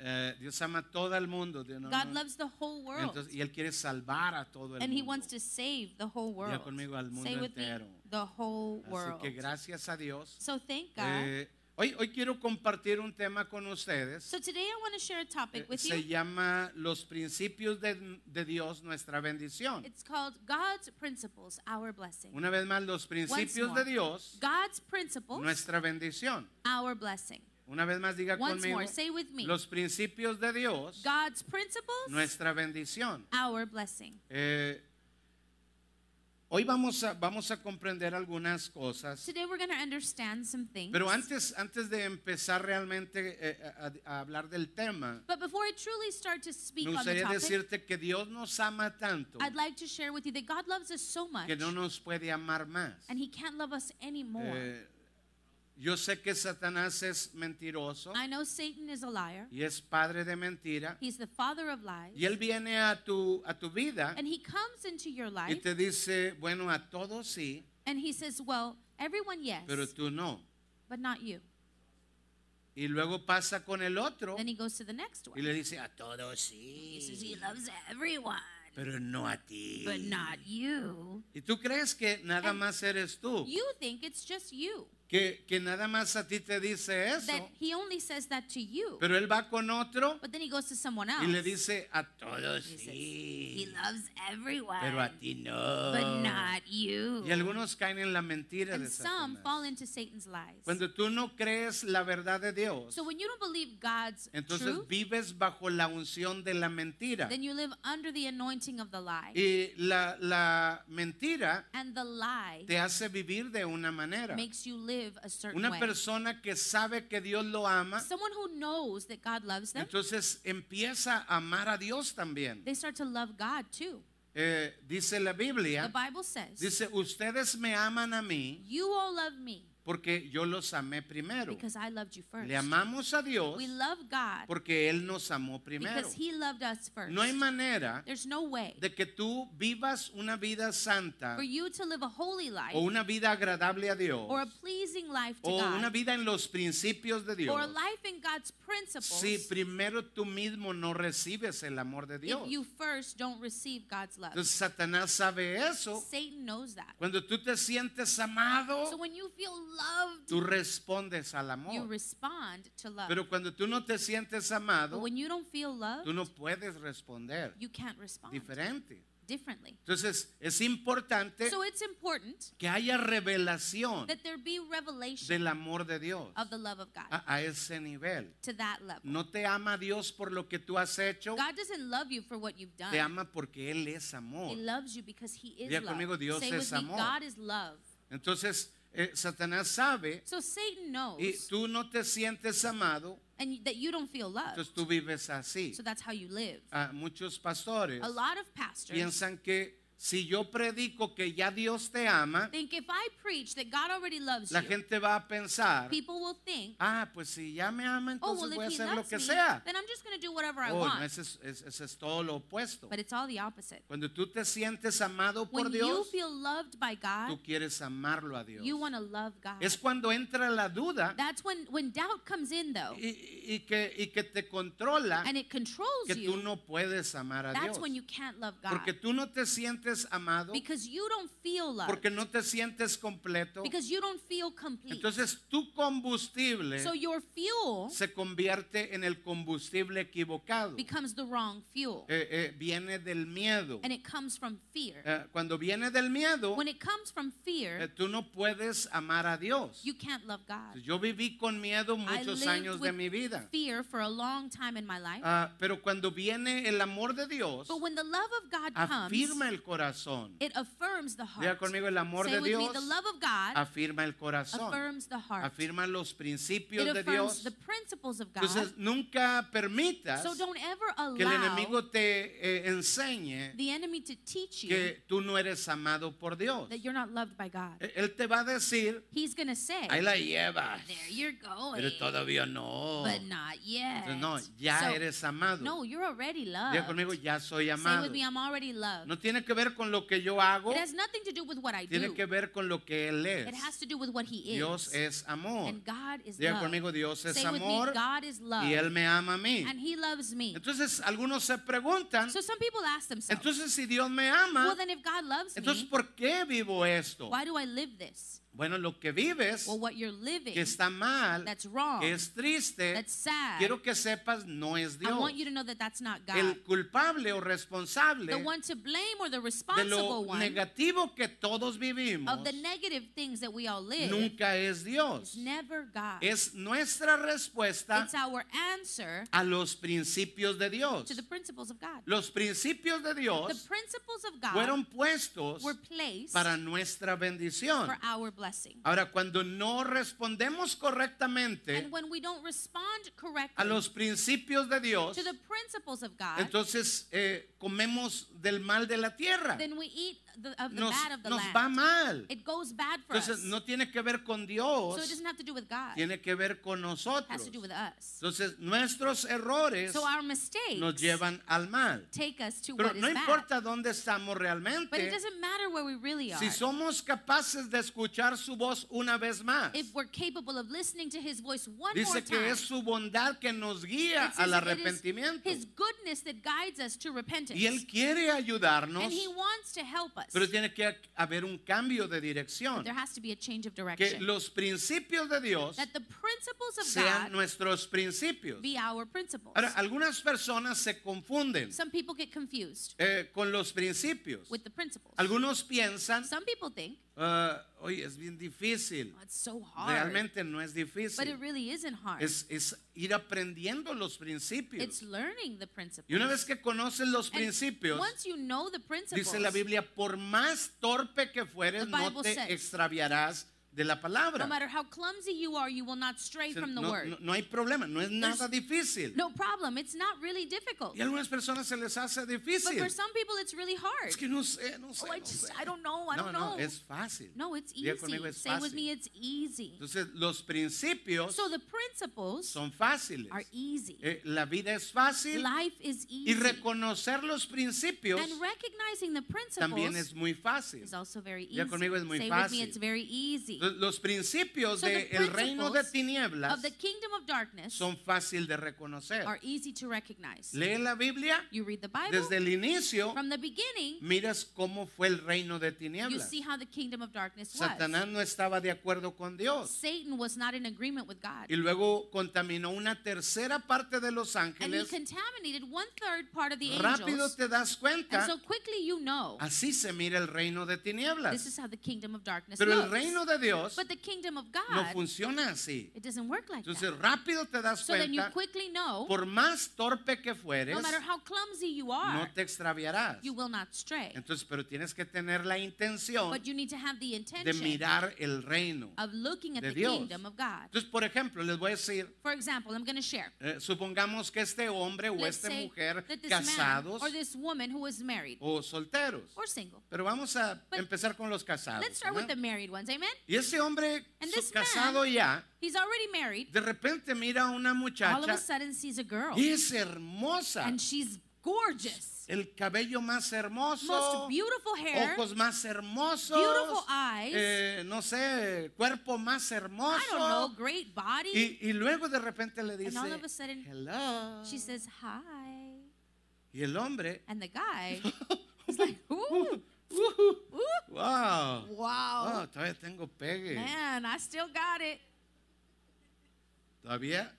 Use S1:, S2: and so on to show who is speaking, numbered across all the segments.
S1: Eh, Dios ama a todo el mundo. Dios no-
S2: God
S1: no-
S2: loves the whole world.
S1: Entonces, y Él quiere salvar a todo el
S2: and he
S1: mundo.
S2: wants to save the whole world.
S1: conmigo, al mundo
S2: Say with
S1: entero.
S2: me, the whole
S1: Así
S2: world.
S1: que gracias a Dios.
S2: so thank God.
S1: Eh, hoy, hoy quiero compartir un tema con ustedes.
S2: so today I want to share a topic
S1: Eh,
S2: with
S1: se
S2: you.
S1: llama Los principios de, de Dios, nuestra bendición.
S2: It's called God's Principles, Our Blessing.
S1: Una vez más, los principios
S2: more.
S1: de Dios,
S2: God's Principles,
S1: nuestra bendición.
S2: Our Blessing.
S1: Una vez más, diga
S2: Once
S1: conmigo.
S2: more, say with me.
S1: Los principios de Dios,
S2: God's Principles,
S1: nuestra bendición.
S2: Our Blessing.
S1: Eh, hoy vamos a, vamos a comprender algunas cosas,
S2: Today we're going to understand some things.
S1: pero antes, antes de empezar realmente eh, a, a hablar del tema,
S2: but before I truly start to speak
S1: me
S2: on the
S1: gustaría
S2: topic,
S1: decirte que Dios nos ama tanto
S2: I'd like to share with you that God loves us so much
S1: que no nos puede amar más.
S2: and He can't love us anymore.
S1: Eh, yo sé que Satanás es mentiroso
S2: I know Satan is a liar.
S1: y es padre de mentira
S2: He's the father of lies.
S1: y él viene a tu, a tu vida
S2: And he comes into your
S1: y
S2: life
S1: te dice, bueno, a todos sí,
S2: and he says, Well, everyone, yes,
S1: pero tú no.
S2: but not you.
S1: Y luego pasa con el otro
S2: Then he goes to the next
S1: y
S2: one.
S1: le dice, a todos
S2: He says, He
S1: sí,
S2: loves everyone,
S1: pero no a ti.
S2: but not you.
S1: Y tú crees que nada
S2: And
S1: más eres tú,
S2: You think it's just you,
S1: que, que nada más a ti te dice
S2: that
S1: eso,
S2: he only says that to you.
S1: pero él va con otro
S2: But then he goes to someone else.
S1: y le dice, a todos
S2: He says, He
S1: sí,
S2: loves everyone,
S1: pero a ti no.
S2: but not you.
S1: Y algunos caen en la mentira de
S2: And some fall
S1: Satanás.
S2: into Satan's lies.
S1: Cuando tú no crees la verdad de Dios,
S2: so when you don't believe God's
S1: entonces
S2: truth,
S1: vives bajo la unción de la mentira.
S2: then you live under the anointing of the lie.
S1: Y la, la mentira
S2: and the lie
S1: te hace vivir de una manera.
S2: makes you live a certain
S1: Una
S2: way.
S1: persona que sabe que Dios lo ama,
S2: Someone who knows that God loves them,
S1: entonces empieza a amar a Dios también.
S2: they start to love God too.
S1: Eh, dice la
S2: The
S1: Biblia,
S2: Bible says,
S1: dice, ustedes me aman a mí
S2: You all love me
S1: porque yo los amé primero.
S2: because I loved you first.
S1: Le amamos a Dios
S2: We love God
S1: porque Él nos amó primero.
S2: because He loved us first.
S1: No hay manera
S2: There's no way
S1: de que tú vivas una vida santa
S2: for you to live a holy life
S1: o una vida agradable a Dios
S2: or a pleasing life to
S1: o
S2: God
S1: una vida en los principios de
S2: or a
S1: Dios
S2: life in God's principles
S1: si primero tú mismo no recibes el amor de Dios.
S2: if you first don't receive God's love.
S1: Entonces Satanás sabe eso.
S2: Satan knows that.
S1: Cuando tú te sientes
S2: So
S1: amado,
S2: when you feel loved,
S1: tú respondes al
S2: you
S1: amor.
S2: respond to love.
S1: Pero cuando tú no te sientes
S2: But
S1: amado,
S2: when you don't feel love,
S1: tú no puedes responder
S2: you can't respond
S1: diferente.
S2: differently.
S1: Entonces es importante
S2: So it's important
S1: que haya revelación
S2: that there be revelation
S1: del amor de Dios
S2: of the love of God
S1: a, a ese nivel.
S2: to that level.
S1: No te ama Dios por lo que tú has hecho,
S2: God doesn't love you for what you've done.
S1: te ama porque Él es amor.
S2: He loves you because He is
S1: Diga
S2: love.
S1: conmigo, Dios
S2: Say
S1: es
S2: with
S1: amor.
S2: me, God is love.
S1: Entonces eh, Satanás sabe
S2: So Satan
S1: y
S2: knows
S1: tú no te sientes amado,
S2: and y- that you don't feel loved.
S1: entonces tú vives así.
S2: So that's how you live.
S1: Ah, muchos pastores
S2: A lot of pastors
S1: piensan que si yo predico que ya Dios te ama,
S2: think if I preach that God already loves
S1: la
S2: you,
S1: gente va a pensar,
S2: people will think,
S1: ah, pues si ya me ama,
S2: oh, well,
S1: entonces voy a
S2: if He
S1: hacer lo
S2: loves
S1: que
S2: me,
S1: sea.
S2: then I'm just going to do whatever I
S1: Oh, no,
S2: want.
S1: ese es, es- ese es todo lo opuesto.
S2: But it's all the opposite.
S1: Cuando tú te sientes amado por
S2: When you
S1: Dios,
S2: feel loved by God,
S1: tú quieres amarlo a Dios.
S2: you want to love God.
S1: Es cuando entra la duda
S2: That's when when doubt comes in though
S1: y, y que, y que te controla
S2: and it controls
S1: que tú
S2: you.
S1: no puedes amar a
S2: That's
S1: Dios.
S2: when you can't love God.
S1: Porque tú no te sientes amado,
S2: Because you don't feel love.
S1: porque no te sientes completo.
S2: Because you don't feel complete.
S1: Entonces eh, tu combustible
S2: So your fuel
S1: se convierte en el combustible equivocado.
S2: becomes the wrong fuel
S1: Eh, eh, viene del miedo.
S2: and it comes from fear.
S1: Eh, cuando viene del miedo,
S2: When it comes from
S1: eh,
S2: fear,
S1: tú no puedes amar a Dios.
S2: you can't love God.
S1: Yo viví con miedo
S2: I
S1: muchos años
S2: lived
S1: de mi
S2: with
S1: vida.
S2: fear for a long time in my life.
S1: Ah, pero cuando viene el amor de Dios,
S2: But when the love of God comes,
S1: afirma el corazón.
S2: it affirms the
S1: Diga
S2: heart.
S1: conmigo, el amor
S2: Say
S1: de
S2: with me,
S1: Dios
S2: the love of God
S1: afirma el corazón,
S2: affirms the heart.
S1: afirma los principios
S2: It
S1: de Dios.
S2: affirms the principles of God.
S1: Entonces, nunca permitas
S2: So don't ever
S1: que el
S2: allow
S1: enemigo te eh, enseñe
S2: the enemy to teach you
S1: que tú no eres amado por Dios.
S2: that you're not loved by God.
S1: Eh, Él te va a decir,
S2: He's going to say,
S1: ahí la llevas,
S2: There you're
S1: pero
S2: going,
S1: todavía no.
S2: but not yet.
S1: Entonces, no, ya
S2: So,
S1: eres amado.
S2: No, you're already loved.
S1: Diga conmigo, ya soy
S2: Say
S1: amado.
S2: with me, I'm already loved.
S1: No tiene que ver ver con lo que yo hago,
S2: It has nothing to do with what I
S1: tiene
S2: do.
S1: que ver con lo que Él
S2: It has
S1: es.
S2: to do with what He is.
S1: Dios es amor.
S2: and God is
S1: Diga
S2: love.
S1: conmigo, Dios es
S2: Say with
S1: amor
S2: me, God is love.
S1: y Él me ama a mí.
S2: and He loves me.
S1: Entonces algunos se preguntan,
S2: so some people ask themselves,
S1: entonces si Dios me ama,
S2: well, then if God loves
S1: entonces
S2: me,
S1: ¿por qué vivo esto?
S2: why do I live this?
S1: Bueno, lo que vives,
S2: Well, what you're living
S1: que está mal,
S2: that's wrong,
S1: que es triste,
S2: that's sad,
S1: quiero que sepas, no es
S2: I
S1: Dios.
S2: want you to know that that's not God.
S1: El culpable o responsable
S2: the one to blame or the
S1: de
S2: responsible
S1: lo
S2: one
S1: negativo que todos vivimos
S2: of the negative things that we all live
S1: nunca es
S2: is
S1: Dios.
S2: never God.
S1: Es nuestra respuesta
S2: it's our answer
S1: a los principios de Dios.
S2: to the principles of God.
S1: Los principios de
S2: The
S1: Dios
S2: principles of God
S1: fueron puestos
S2: were placed
S1: para nuestra bendición.
S2: for our blessing.
S1: Ahora, cuando no respondemos correctamente
S2: And when we don't respond
S1: a
S2: correctly
S1: los principios de Dios,
S2: to the principles of God,
S1: entonces eh, comemos del mal de la tierra.
S2: then we eat the, of the
S1: Nos,
S2: bad of the
S1: nos
S2: land.
S1: va mal.
S2: It goes bad for
S1: Entonces,
S2: us.
S1: no tiene que ver con
S2: so it
S1: Dios,
S2: doesn't have to do with God.
S1: tiene que ver con
S2: it has
S1: nosotros.
S2: to do with us.
S1: Entonces, nuestros errores
S2: So our mistakes
S1: nos llevan al mal.
S2: take us to
S1: Pero
S2: what is
S1: no
S2: bad.
S1: importa dónde estamos
S2: But it
S1: realmente,
S2: doesn't matter where we really are.
S1: si somos capaces de escuchar su voz una vez más,
S2: if we're capable of listening to his voice one more
S1: dice
S2: time,
S1: que es su bondad que nos guía
S2: it says
S1: al
S2: that it is
S1: arrepentimiento.
S2: his goodness that guides us to repentance.
S1: Y Él quiere ayudarnos,
S2: and he wants to help us.
S1: pero tiene que haber un cambio de
S2: But
S1: dirección.
S2: there has to be a change of
S1: Que
S2: direction.
S1: los principios de Dios
S2: that the principles of
S1: sean
S2: God
S1: nuestros principios.
S2: be our principles.
S1: Ahora, algunas personas se confunden
S2: Some people get confused
S1: eh, con los principios.
S2: with the principles.
S1: Algunos piensan,
S2: Some people think,
S1: "Ah, oye, es bien difícil.
S2: oh, it's so hard.
S1: Realmente no es
S2: but it
S1: difícil.
S2: really isn't hard.
S1: Es, es ir aprendiendo los
S2: it's
S1: principios.
S2: learning the principles.
S1: Y una vez que conoces los
S2: And
S1: principios,
S2: once you know the principles,
S1: dice la Biblia, por más torpe que fueres,
S2: The
S1: no
S2: Bible
S1: te
S2: says,
S1: extraviarás de la
S2: no
S1: palabra.
S2: matter how clumsy you are, you will not stray
S1: O sea,
S2: from the
S1: no,
S2: word.
S1: no- no hay problema, no es nada
S2: There's-
S1: difícil.
S2: No problem. It's not really difficult.
S1: Y a algunas personas se les hace
S2: But
S1: difícil.
S2: for some people, it's really hard.
S1: Es que no sé, no sé.
S2: oh, I
S1: no
S2: just,
S1: sé.
S2: I don't know. I
S1: no,
S2: don't
S1: no,
S2: know.
S1: es fácil.
S2: no, it's
S1: Diga
S2: easy.
S1: conmigo, es
S2: Say with
S1: fácil.
S2: me, it's easy.
S1: Entonces, los principios
S2: So the principles
S1: son fáciles.
S2: are easy.
S1: Eh, la vida es fácil
S2: Life is
S1: y
S2: easy.
S1: reconocer los principios
S2: And recognizing the
S1: también es
S2: principles
S1: muy fácil.
S2: is also very easy.
S1: Ya conmigo es muy
S2: Say with me,
S1: fácil.
S2: it's very easy.
S1: Entonces, Los principios
S2: So the
S1: del reino de
S2: principles
S1: tinieblas
S2: Of the kingdom of darkness
S1: son fácil de reconocer.
S2: are easy to recognize.
S1: Lee la Biblia
S2: You read the Bible
S1: desde el inicio,
S2: from the beginning,
S1: miras cómo fue el reino de
S2: you
S1: tinieblas.
S2: see how the kingdom of darkness was.
S1: Satanás no estaba de acuerdo con Dios
S2: Satan was not in agreement with God.
S1: y luego contaminó una tercera parte de los
S2: And he
S1: ángeles.
S2: contaminated one third part of the
S1: Rápido
S2: angels.
S1: te das
S2: And
S1: cuenta,
S2: so quickly you know
S1: así se mira el reino de
S2: this
S1: tinieblas.
S2: is how the kingdom of darkness
S1: Pero el
S2: looks.
S1: reino de Dios
S2: but the kingdom of
S1: no
S2: God,
S1: funciona así.
S2: it doesn't work like
S1: Entonces
S2: that.
S1: rápido te das
S2: So then you
S1: cuenta,
S2: quickly know,
S1: por más torpe que fueres,
S2: no matter how clumsy you are,
S1: no te extraviarás.
S2: you will not stray.
S1: Entonces, pero tienes que tener la intención
S2: But you need to have the
S1: de
S2: intention
S1: mirar el reino.
S2: of looking at
S1: de
S2: the
S1: Dios.
S2: kingdom of God.
S1: Entonces, por ejemplo, les voy a decir,
S2: For example, I'm going to share.
S1: eh, supongamos que este hombre o
S2: Let's
S1: esta
S2: say
S1: mujer
S2: that this
S1: casados
S2: man or this woman who is married
S1: o solteros.
S2: or single.
S1: Pero vamos a
S2: But
S1: empezar con los casados.
S2: Let's start with
S1: ¿verdad?
S2: the married ones. Amen?
S1: Y ese hombre
S2: And
S1: su-
S2: this man-
S1: casado ya,
S2: He's already married.
S1: de repente mira a una
S2: All of a
S1: muchacha
S2: sudden sees a girl.
S1: y es hermosa,
S2: And she's gorgeous.
S1: el cabello más hermoso,
S2: Most beautiful hair.
S1: ojos más hermosos,
S2: beautiful eyes.
S1: eh, no sé, cuerpo más
S2: I don't know.
S1: hermoso.
S2: Great body.
S1: Y, y luego de repente le dice,
S2: all of a sudden,
S1: hello.
S2: She says, hi.
S1: y el hombre,
S2: And the guy is like, ooh,
S1: "Ujú,
S2: ooh.
S1: wow,
S2: Wow.
S1: wow, todavía tengo pegue.
S2: Man, I still got it.
S1: Todavía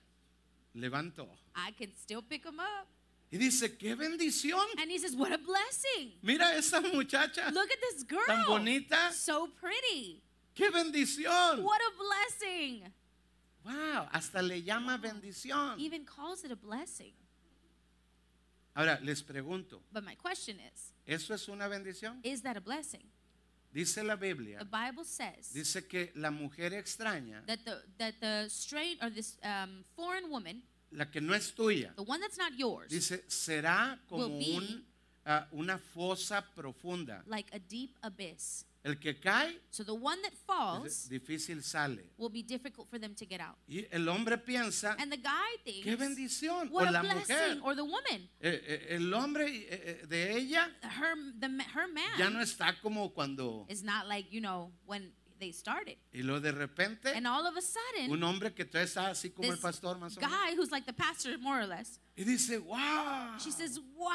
S1: levanto.
S2: I can still pick him up.
S1: Y dice, qué bendición.
S2: And he says, What a blessing.
S1: Mira esa muchacha
S2: Look at this girl.
S1: tan bonita.
S2: So pretty.
S1: Qué bendición.
S2: What a blessing.
S1: Wow, hasta le llama bendición.
S2: Even calls it a blessing.
S1: Ahora les pregunto,
S2: But my question is,
S1: ¿eso es una bendición?
S2: is that a blessing?
S1: Dice la
S2: The
S1: Biblia,
S2: Bible says
S1: dice que la mujer extraña,
S2: that the that the straight or this um, foreign woman,
S1: la que no es tuya,
S2: the one that's not yours,
S1: dice, será como
S2: Will be-
S1: un, ah, una fosa profunda
S2: like a deep abyss
S1: El que cae,
S2: So the one that
S1: es
S2: falls
S1: difícil sale.
S2: will be difficult for them to get out.
S1: Y el hombre piensa,
S2: And the guy thinks,
S1: qué bendición. O
S2: what a
S1: la
S2: blessing.
S1: mujer.
S2: Or the woman,
S1: Eh, eh, el hombre eh, eh, de ella
S2: her, the, ma- her man
S1: ya no está como cuando...
S2: is not like, you know, when they started.
S1: Y luego de repente,
S2: And all of a sudden,
S1: un hombre que todavía está así como el
S2: this
S1: pastor más o menos.
S2: guy who's like the pastor, more or less,
S1: Y dice, wow,
S2: she says, wow,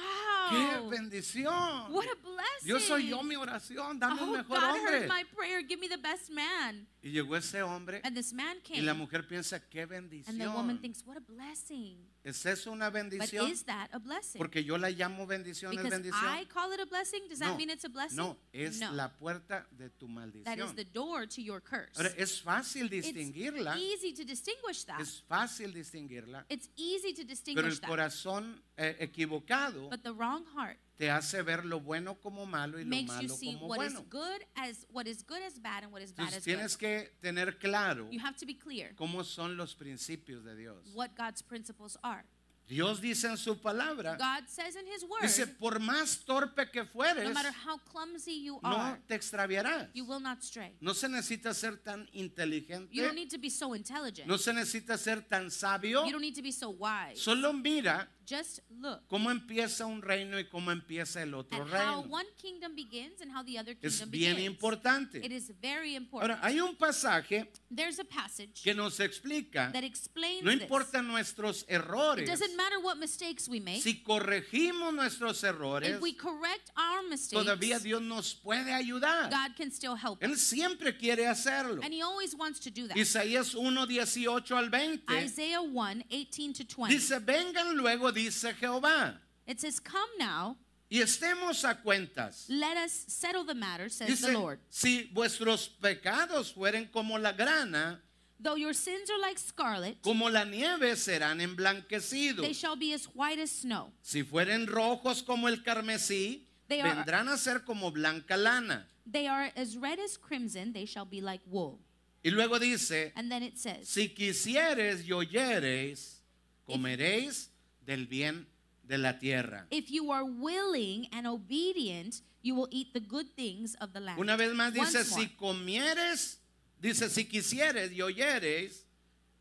S1: Ah. qué bendición.
S2: what a blessing.
S1: Yo soy yo mi oración, dame un
S2: oh,
S1: mejor
S2: God heard
S1: hombre.
S2: my prayer. Give me the best man.
S1: Y llegó ese hombre
S2: And this man
S1: y
S2: came.
S1: la mujer piensa, qué
S2: and the woman
S1: bendición.
S2: thinks, what a blessing.
S1: ¿Es eso una
S2: But
S1: bendición?
S2: is that a blessing?
S1: Porque yo la llamo bendición, es
S2: because I
S1: bendición.
S2: call it a blessing. Does that
S1: No,
S2: mean it's a blessing?
S1: No, es
S2: no.
S1: la puerta de tu
S2: that is
S1: maldición.
S2: the door to your curse.
S1: Ahora, es fácil distinguirla,
S2: it's easy to distinguish that.
S1: es fácil distinguirla,
S2: It's easy to
S1: pero
S2: distinguish
S1: el
S2: that.
S1: corazón eh, equivocado
S2: But the wrong heart
S1: te hace ver lo bueno como malo y lo
S2: makes you
S1: malo
S2: see
S1: como
S2: what is
S1: bueno.
S2: good as what is good as bad and what is bad
S1: Entonces
S2: as good.
S1: tienes que tener claro
S2: You have to be clear
S1: cómo son los principios de Dios.
S2: what God's principles are.
S1: Dios dice en su palabra,
S2: God says in His
S1: dice,
S2: Word,
S1: por más torpe que
S2: no
S1: fueres,
S2: matter how clumsy you are,
S1: no te extraviarás.
S2: you will not stray.
S1: No se necesita ser tan
S2: You don't
S1: inteligente,
S2: need to be so intelligent.
S1: no se necesita ser tan sabio.
S2: You don't need to be so wise.
S1: Solo mira
S2: Just look
S1: cómo empieza un reino y cómo empieza el otro
S2: at how
S1: reino.
S2: one kingdom begins and how the other
S1: Es
S2: kingdom
S1: bien
S2: begins. It
S1: importante.
S2: is very important.
S1: Ahora, hay un pasaje
S2: There's a passage
S1: que nos explica
S2: that explains
S1: No
S2: this.
S1: importa nuestros
S2: It
S1: errores.
S2: doesn't matter what mistakes we make.
S1: Si corregimos nuestros errores,
S2: If we correct our mistakes,
S1: todavía Dios nos puede ayudar.
S2: God can still help us.
S1: Él siempre quiere hacerlo.
S2: And He always wants to do that.
S1: Isaías 1, 18 al 20
S2: Isaiah 1, 18 to 20.
S1: dice, vengan luego, dice Jehová,
S2: It says, Come now,
S1: y estemos a cuentas.
S2: let us settle the matter, says
S1: Dice,
S2: the Lord.
S1: si vuestros pecados fueren como la grana,
S2: Though your sins are like scarlet,
S1: como la nieve serán
S2: they
S1: emblanquecidos.
S2: shall be as white as snow.
S1: Si fueren rojos como el carmesí,
S2: They are-
S1: vendrán a ser como blanca lana.
S2: They are as red as crimson, they shall be like wool.
S1: Y luego dice,
S2: And then it says,
S1: si quisieres y oyeres, comeréis del bien de la tierra.
S2: If you are willing and obedient, you will eat the good things of the land.
S1: Una vez más dice,
S2: Once more.
S1: si comieres, dice, si quisieres y oyeres,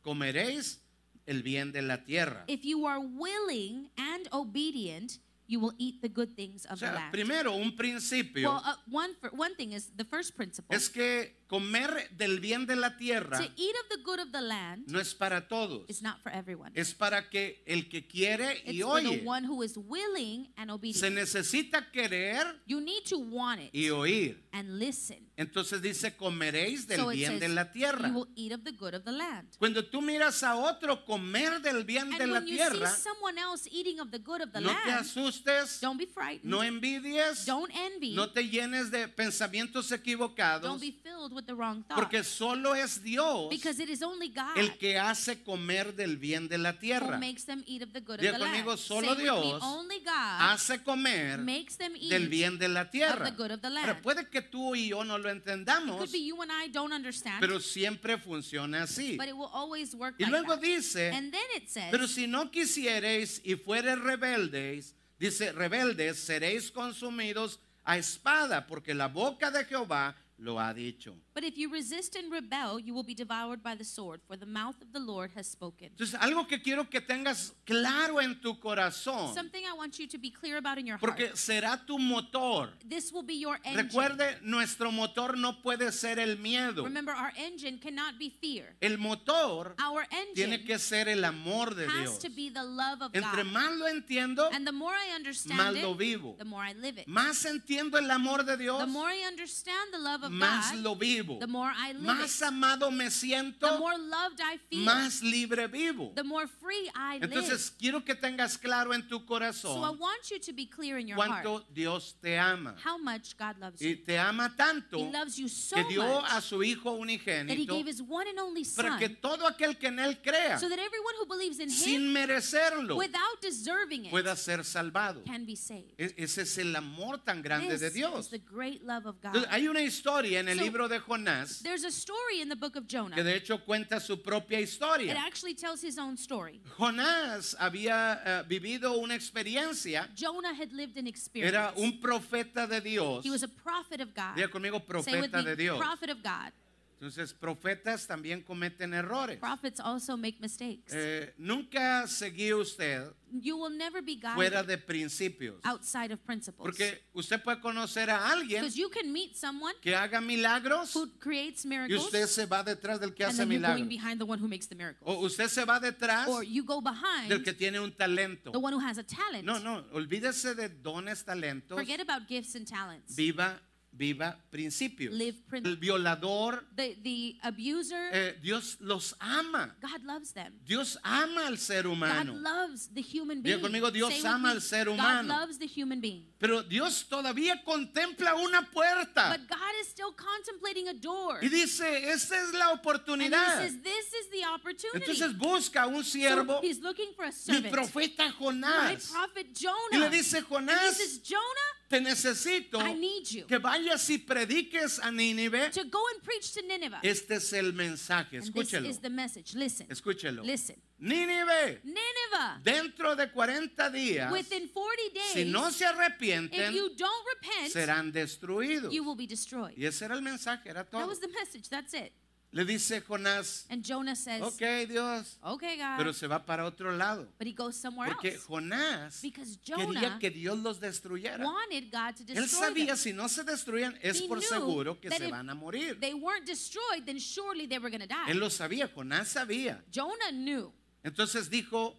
S1: comeréis el bien de la tierra.
S2: If you are willing and obedient, you will eat the good things
S1: O
S2: of the
S1: sea,
S2: land.
S1: primero un principio
S2: well, uh, one for, one thing is the first principle
S1: es que comer del bien de la tierra
S2: to eat of the good of the land
S1: no es para todos,
S2: is not for everyone.
S1: es para que el que quiere
S2: it's
S1: y
S2: for the
S1: oye,
S2: one who is willing and
S1: se
S2: obedient.
S1: necesita querer
S2: You need to want it
S1: y oír.
S2: and listen.
S1: Entonces dice, comeréis del
S2: so it
S1: bien
S2: says,
S1: de la tierra.
S2: you will eat of the good of the land.
S1: Cuando tú miras a otro comer del bien
S2: And
S1: de la
S2: when you see
S1: tierra,
S2: someone else eating of the good of the
S1: no te
S2: land,
S1: asustes,
S2: don't be frightened.
S1: no envidies,
S2: don't envy.
S1: no te llenes de pensamientos
S2: don't
S1: equivocados,
S2: be filled with the wrong thoughts.
S1: porque solo es Dios
S2: because it is only God
S1: el que hace comer del bien de la
S2: who
S1: tierra.
S2: makes them eat of the good of
S1: Diga
S2: the land.
S1: conmigo, solo
S2: Say with me,
S1: Dios
S2: only God
S1: Hace comer
S2: makes them eat.
S1: del bien de la tierra.
S2: of the good of the land.
S1: Ahora, puede que tú y yo no lo
S2: It
S1: entendamos,
S2: could be you and I don't understand,
S1: pero siempre funciona así.
S2: but it will always work
S1: Y
S2: like
S1: luego
S2: that.
S1: dice,
S2: and then it says,
S1: Pero si no quisiereis y fuereis rebeldes, dice rebeldes, seréis consumidos a espada, porque la boca de Jehová lo ha dicho.
S2: but if you resist and rebel, you will be devoured by the sword, for the mouth of the Lord has spoken.
S1: Entonces, algo que quiero que tengas claro en tu corazón,
S2: Something I want you to be clear about in your
S1: porque
S2: heart.
S1: será tu motor.
S2: This will be your engine.
S1: Recuerde, nuestro motor no puede ser el miedo.
S2: Remember, our engine cannot be fear.
S1: El motor
S2: Our engine
S1: tiene que ser el amor de
S2: has
S1: Dios.
S2: to be the love of
S1: Entre
S2: God.
S1: más lo entiendo,
S2: and the more I
S1: más
S2: understand
S1: lo
S2: it,
S1: vivo.
S2: the more I live it.
S1: más entiendo el amor de Dios,
S2: The more I understand the love of
S1: más
S2: God,
S1: lo vivo.
S2: the more I live
S1: más
S2: it.
S1: amado me
S2: The
S1: siento,
S2: more loved I feel,
S1: más libre vivo.
S2: the more free I
S1: Entonces
S2: live.
S1: quiero que tengas claro en tu
S2: So I
S1: corazón
S2: want you to be clear in your heart
S1: cuánto Dios te ama.
S2: how much God loves
S1: Y
S2: you.
S1: te ama tanto
S2: He loves you so
S1: que dio a
S2: much
S1: su Hijo
S2: that He
S1: unigénito
S2: gave His one and only
S1: para que
S2: Son
S1: todo aquel que en Él crea,
S2: so that everyone who believes in Him
S1: sin merecerlo,
S2: without deserving
S1: pueda
S2: it
S1: ser salvado.
S2: can be saved.
S1: E- Ese es el amor tan grande
S2: This
S1: de
S2: is
S1: Dios.
S2: the great love of God.
S1: Entonces, hay una historia en el
S2: So,
S1: libro de Jonás
S2: There's a story in the book of
S1: que
S2: Jonah.
S1: de hecho cuenta su propia
S2: It
S1: historia.
S2: actually tells his own story.
S1: Jonás había eh, vivido una experiencia,
S2: Jonah had lived an experience.
S1: era un profeta de Dios.
S2: He was a prophet of God.
S1: Diga conmigo,
S2: Say with
S1: profeta
S2: me,
S1: de Dios.
S2: prophet of God.
S1: Entonces, profetas también cometen errores.
S2: Prophets also make mistakes.
S1: Eh, nunca seguí usted
S2: you will never be
S1: fuera
S2: guided
S1: de principios.
S2: outside of principles.
S1: Porque usted puede conocer a alguien
S2: Because you can meet someone
S1: que haga milagros
S2: who creates
S1: y
S2: miracles,
S1: usted se va detrás del que
S2: and
S1: hace
S2: then you're going
S1: milagros.
S2: behind the one who makes the
S1: O
S2: miracles.
S1: usted se va detrás
S2: or you go behind
S1: del que tiene un talento.
S2: the one who has a talent.
S1: No, no, olvídese de dones, talentos.
S2: Forget about gifts and talents.
S1: Viva, viva principios.
S2: Live prin-
S1: El violador,
S2: the, the abuser,
S1: eh, Dios los ama.
S2: God loves them.
S1: Dios ama al ser
S2: God
S1: humano.
S2: loves the human
S1: Diga
S2: being.
S1: conmigo, Dios
S2: Say with
S1: ama
S2: me,
S1: al ser
S2: God
S1: humano.
S2: loves the human being.
S1: Pero Dios todavía contempla una puerta
S2: But God is still contemplating a door.
S1: Ah. y dice, esta es la
S2: and he
S1: oportunidad.
S2: says, this is the opportunity.
S1: Entonces busca un siervo,
S2: so he's looking for a
S1: mi
S2: servant.
S1: profeta
S2: My
S1: Jonás.
S2: prophet Jonah.
S1: Y le dice,
S2: and he
S1: Jonás,
S2: says, Jonah,
S1: te necesito
S2: I need you
S1: que vayas y prediques a Nínive.
S2: to go and preach to Nineveh.
S1: Este es el mensaje,
S2: and this
S1: escúchelo,
S2: is the message. Listen.
S1: escúchelo.
S2: Listen.
S1: Nínive,
S2: Nineveh,
S1: dentro de 40 días,
S2: within 40 days,
S1: si no se
S2: if
S1: arrepienten,
S2: you don't repent,
S1: serán destruidos.
S2: you will be destroyed.
S1: Y ese era el mensaje, era
S2: That
S1: todo.
S2: was the message. That's it.
S1: Le dice Jonás,
S2: And Jonah says,
S1: ok Dios,
S2: okay God.
S1: pero se va para otro lado.
S2: but he goes Ah. somewhere
S1: Porque
S2: else.
S1: Jonás
S2: Because
S1: quería
S2: Jonah
S1: que Dios los destruyera.
S2: wanted God to
S1: Él
S2: destroy
S1: sabía
S2: them.
S1: si no se destruían es
S2: He
S1: por
S2: knew
S1: seguro que
S2: that
S1: se
S2: if
S1: van a morir.
S2: They weren't destroyed, then surely they were going to
S1: Él
S2: die.
S1: lo sabía, Jonás sabía.
S2: Jonah knew.
S1: Entonces dijo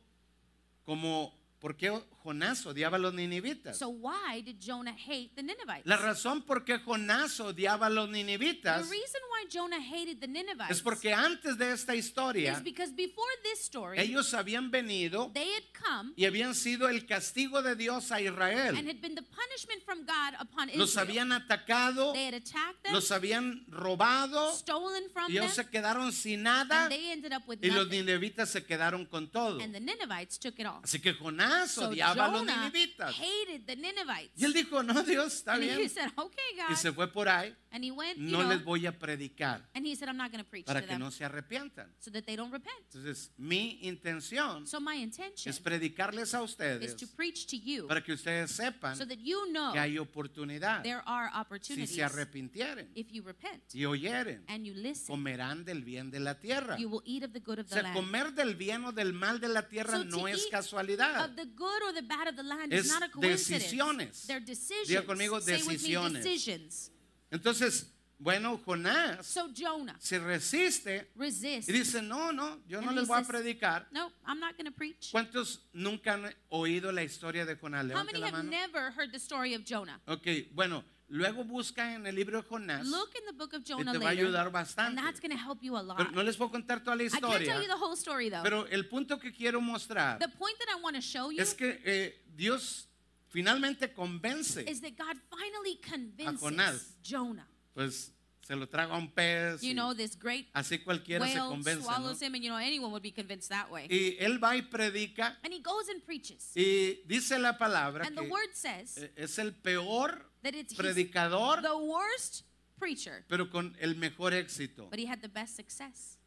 S1: como ¿por qué Jonás odiaba a los ninivitas?
S2: So why did Jonah hate the Ninevites?
S1: La razón por qué Jonás odiaba a los
S2: the
S1: ninivitas
S2: reason why Jonah hated the Ninevites
S1: es porque antes de esta
S2: is
S1: historia
S2: because before this story,
S1: ellos habían venido
S2: they had come
S1: y habían sido el castigo de Dios a
S2: and
S1: Israel.
S2: had been the punishment from God upon Israel.
S1: Los habían atacado,
S2: they had attacked them,
S1: los habían robado
S2: stolen from
S1: y ellos
S2: them,
S1: se quedaron sin
S2: and
S1: nada
S2: they ended up with
S1: y los
S2: nothing.
S1: ninivitas se quedaron con todo.
S2: And the Ninevites took it all.
S1: Así que Jonás
S2: So
S1: odiaba a los
S2: Jonah
S1: ninivitas.
S2: hated the Ninevites.
S1: Y él dijo, no, Dios, está
S2: and he
S1: bien.
S2: said, okay, God.
S1: Y se fue por ahí.
S2: and he went, you
S1: No
S2: know,
S1: les voy a predicar
S2: and he said, I'm not going to preach
S1: para
S2: to
S1: que
S2: them
S1: no se arrepientan.
S2: so that they don't repent.
S1: Entonces, mi intención
S2: So my intention
S1: es predicarles a
S2: is
S1: ustedes
S2: to preach to you
S1: para que ustedes sepan
S2: so that you know
S1: que hay oportunidad
S2: there are
S1: si
S2: opportunities
S1: se arrepintieren
S2: if you repent
S1: y oyeren.
S2: and you listen,
S1: Comerán del bien de la tierra.
S2: you will eat of the good of
S1: O
S2: the
S1: sea,
S2: land.
S1: comer del bien o del mal de la tierra
S2: So to
S1: no es
S2: eat
S1: casualidad.
S2: Of the good or the bad of the land
S1: Es
S2: is not a coincidence.
S1: decisiones.
S2: They're decisions.
S1: Diga conmigo,
S2: Say with me,
S1: decisiones.
S2: decisions.
S1: Entonces, bueno, Jonás
S2: So Jonah,
S1: se resiste
S2: resist.
S1: y dice, no, no, yo no
S2: And
S1: les
S2: he
S1: voy a
S2: says,
S1: predicar.
S2: no, I'm not going to preach.
S1: ¿Cuántos nunca han oído la historia de Jonás?
S2: How
S1: Levante
S2: many
S1: la
S2: have
S1: mano.
S2: never heard the story of Jonah?
S1: Ok, bueno, luego busca en el libro de Jonás.
S2: Look in the book of
S1: Y
S2: Jonah
S1: te va a
S2: later,
S1: ayudar bastante.
S2: and that's going to help you a lot.
S1: Pero no les puedo contar toda la
S2: I can't
S1: historia.
S2: tell you the whole story though.
S1: Pero el punto que quiero mostrar
S2: the point that I want to show you
S1: es que eh, Dios finalmente convence.
S2: is that God finally
S1: Jonás.
S2: convinces Jonah.
S1: Pues se lo traga un pez. y
S2: You know, this great
S1: así cualquiera se
S2: whale
S1: convence. ¿no?
S2: swallows him, and you know, anyone would be convinced that way.
S1: Y él va y predica.
S2: and he goes and preaches.
S1: Y dice la palabra
S2: And the
S1: que
S2: word says
S1: eh, es el peor
S2: that it's he's
S1: predicador,
S2: the worst preacher,
S1: pero con el mejor éxito.
S2: but he had the best success.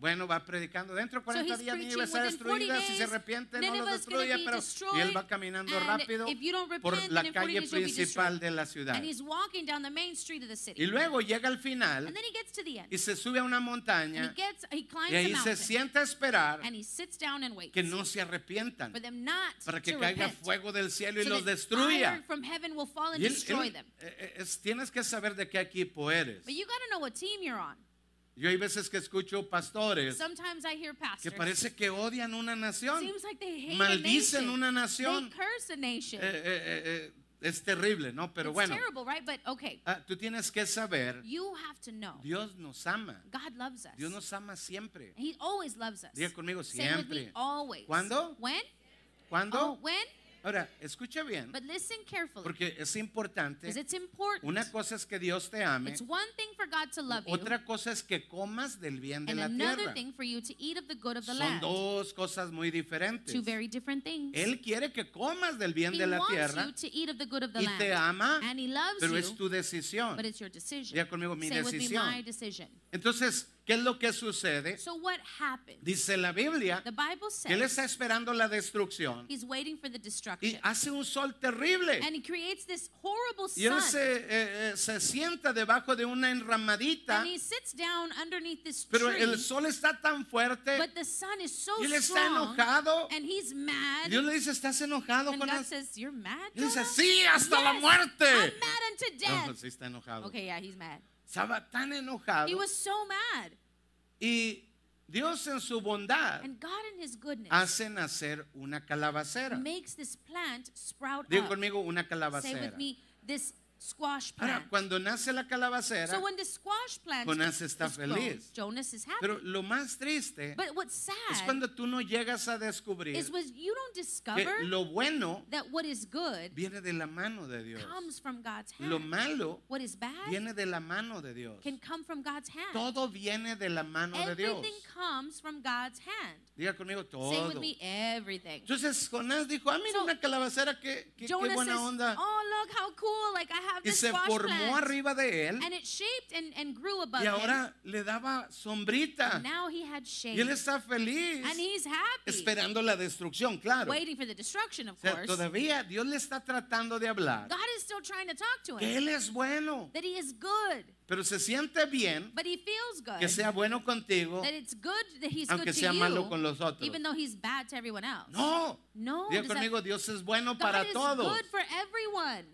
S1: Bueno, va predicando dentro de
S2: So
S1: 40
S2: he's
S1: días
S2: preaching
S1: Nínive será
S2: within 40
S1: destruida, si se
S2: days,
S1: arrepiente no los
S2: Nínive's gonna
S1: destruye, pero
S2: be
S1: y él va
S2: destroyed,
S1: caminando
S2: and
S1: rápido
S2: if you don't
S1: por
S2: repent,
S1: la
S2: then in 40
S1: calle
S2: days you'll be
S1: principal
S2: destroyed.
S1: de la ciudad.
S2: And he's walking down the main street of the city.
S1: Y luego llega al final
S2: and then he gets to the end.
S1: y se sube a una
S2: and he
S1: montaña
S2: gets, he climbs
S1: y
S2: a
S1: ahí
S2: mountain.
S1: se sienta a esperar
S2: and he sits down and waits
S1: que no se arrepientan
S2: for them not
S1: para que
S2: to
S1: caiga
S2: repent.
S1: fuego del cielo y
S2: so
S1: los
S2: that
S1: destruya.
S2: fire from heaven will fall and
S1: Y él-
S2: destroy
S1: él-
S2: them.
S1: eh, eh, es- tienes que saber de qué equipo eres.
S2: But you got to know what team you're on.
S1: Yo hay veces que escucho pastores
S2: Sometimes I hear
S1: que
S2: pastors.
S1: parece que odian una nación.
S2: Seems like they hate a
S1: Maldicen
S2: nation.
S1: una nación.
S2: They curse a nation.
S1: Eh, eh, eh, eh, es terrible, ¿no? Pero
S2: it's
S1: bueno,
S2: terrible, right? But okay,
S1: ah, tú tienes que saber,
S2: you have to know
S1: Dios nos ama.
S2: God loves us.
S1: Dios nos ama siempre.
S2: he always loves us.
S1: Diga conmigo,
S2: Say with me,
S1: siempre.
S2: always.
S1: ¿Cuándo?
S2: When? Oh,
S1: ¿Cuándo?
S2: when?
S1: Ahora, escucha bien,
S2: But listen carefully
S1: porque es importante.
S2: because it's important.
S1: Una cosa es que Dios te ame,
S2: It's one thing for God to love you,
S1: otra cosa es que comas del bien de
S2: and
S1: la
S2: another
S1: tierra.
S2: thing for you to eat of the good of the
S1: Son
S2: land.
S1: dos cosas muy diferentes.
S2: Two very different things.
S1: Él quiere que comas del bien
S2: he
S1: de la
S2: wants
S1: tierra,
S2: you to eat of the good of the
S1: y
S2: land.
S1: te ama,
S2: and he loves
S1: pero
S2: you,
S1: es tu decisión.
S2: but it's your decision.
S1: Diga conmigo, "Mi
S2: Say with me,
S1: decisión."
S2: my decision.
S1: Entonces, ¿qué es lo que sucede?
S2: So what happened?
S1: Dice la Biblia
S2: the Bible
S1: que Él
S2: says
S1: está esperando la destrucción
S2: he's waiting for the
S1: y
S2: destruction.
S1: hace un sol terrible.
S2: and he creates this horrible
S1: Y él
S2: sun.
S1: se, eh, eh, se sienta debajo de una enramadita,
S2: and he sits down underneath this
S1: pero
S2: tree.
S1: el sol está tan fuerte
S2: but the sun is so
S1: y él está
S2: strong.
S1: enojado.
S2: and he's mad.
S1: Dios le dice, ¿estás enojado
S2: and
S1: con
S2: God
S1: él?
S2: says, you're mad,
S1: Él dice,
S2: Jonah?
S1: sí, hasta la
S2: Yes,
S1: muerte.
S2: I'm mad unto
S1: No,
S2: death.
S1: pues sí está enojado.
S2: Okay, yeah, he's mad.
S1: Estaba tan enojado.
S2: He was so mad.
S1: Y Dios en su bondad
S2: And God in his goodness
S1: hace nacer una calabacera.
S2: makes this plant sprout
S1: Digo
S2: up.
S1: conmigo, una
S2: Say
S1: calabacera.
S2: with me, this squash plant.
S1: Ahora, cuando nace la calabacera,
S2: so when the squash plant
S1: Jonás está
S2: is grown,
S1: feliz.
S2: Jonas is happy.
S1: pero lo más triste
S2: but what's
S1: es
S2: sad
S1: cuando tú no llegas a descubrir
S2: is when you don't
S1: que
S2: discover
S1: lo bueno
S2: that what is good
S1: viene de la mano de Dios.
S2: comes from God's hand.
S1: Lo malo
S2: what is bad
S1: viene de la mano de Dios.
S2: can come from God's hand.
S1: Todo viene de la mano de
S2: everything
S1: Dios.
S2: comes from God's hand.
S1: Diga conmigo
S2: Say
S1: todo.
S2: with me, everything.
S1: Entonces Jonás dijo, ah, mira
S2: So,
S1: una calabacera, qué, qué, qué
S2: Jonas says,
S1: buena onda.
S2: oh, look how cool, like I have
S1: Y
S2: this
S1: se
S2: squash
S1: formó
S2: plant.
S1: arriba de él
S2: And it shaped and, and grew above
S1: y
S2: him.
S1: ahora le daba sombrita.
S2: And Now he had
S1: Y
S2: shade.
S1: él está feliz
S2: and he's happy.
S1: esperando la destrucción, claro.
S2: Waiting for the destruction, of
S1: O sea,
S2: course.
S1: todavía Dios le está tratando de hablar.
S2: God is still trying to talk to
S1: Que
S2: him.
S1: Él es bueno,
S2: That he is good.
S1: pero se siente bien
S2: But he feels good.
S1: que sea bueno contigo.
S2: that it's good that he's
S1: aunque
S2: good to
S1: sea malo
S2: you.
S1: con los otros.
S2: Even though he's bad to everyone else.
S1: No,
S2: No,
S1: diga
S2: does that-
S1: conmigo, Dios es bueno
S2: God
S1: para
S2: is
S1: todos.
S2: good for everyone.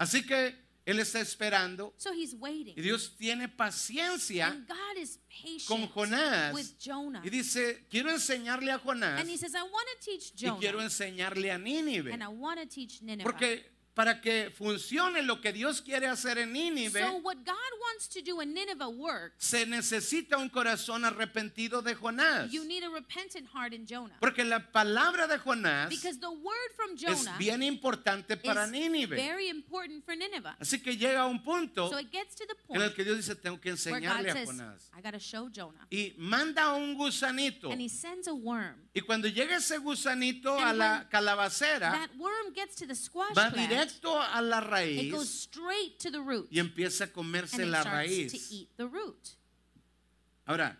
S1: Así que Él está esperando
S2: So he's waiting.
S1: y Dios tiene paciencia
S2: and God is patient
S1: con Jonás
S2: with Jonah.
S1: y dice, quiero enseñarle a Jonás
S2: and he says, I want to teach
S1: y quiero
S2: Jonah.
S1: enseñarle a
S2: And I
S1: Nínive.
S2: want to teach Nineveh.
S1: Porque para que funcione lo que Dios quiere hacer en
S2: So
S1: Nínive,
S2: what God wants to do in Nineveh works.
S1: se necesita un corazón arrepentido de Jonás.
S2: You need a repentant heart in Jonah.
S1: Porque la palabra de Jonás
S2: Because the word from
S1: es
S2: Jonah
S1: bien importante para
S2: is
S1: Nínive.
S2: very important for Nineveh.
S1: Así que llega un punto
S2: So it gets to the
S1: en el
S2: point
S1: que Dios dice, tengo que
S2: where God
S1: enseñarle a
S2: says,
S1: Jonás.
S2: I got to show Jonah.
S1: Y manda un gusanito.
S2: And he sends a worm.
S1: Y cuando llega ese gusanito
S2: And
S1: a la
S2: when
S1: calabacera,
S2: That worm gets to the squash
S1: va
S2: plant.
S1: directo a la
S2: It
S1: raíz
S2: goes straight to the root.
S1: y empieza a
S2: And
S1: comerse
S2: it
S1: la
S2: starts to
S1: raíz.
S2: eat the root.
S1: Ahora,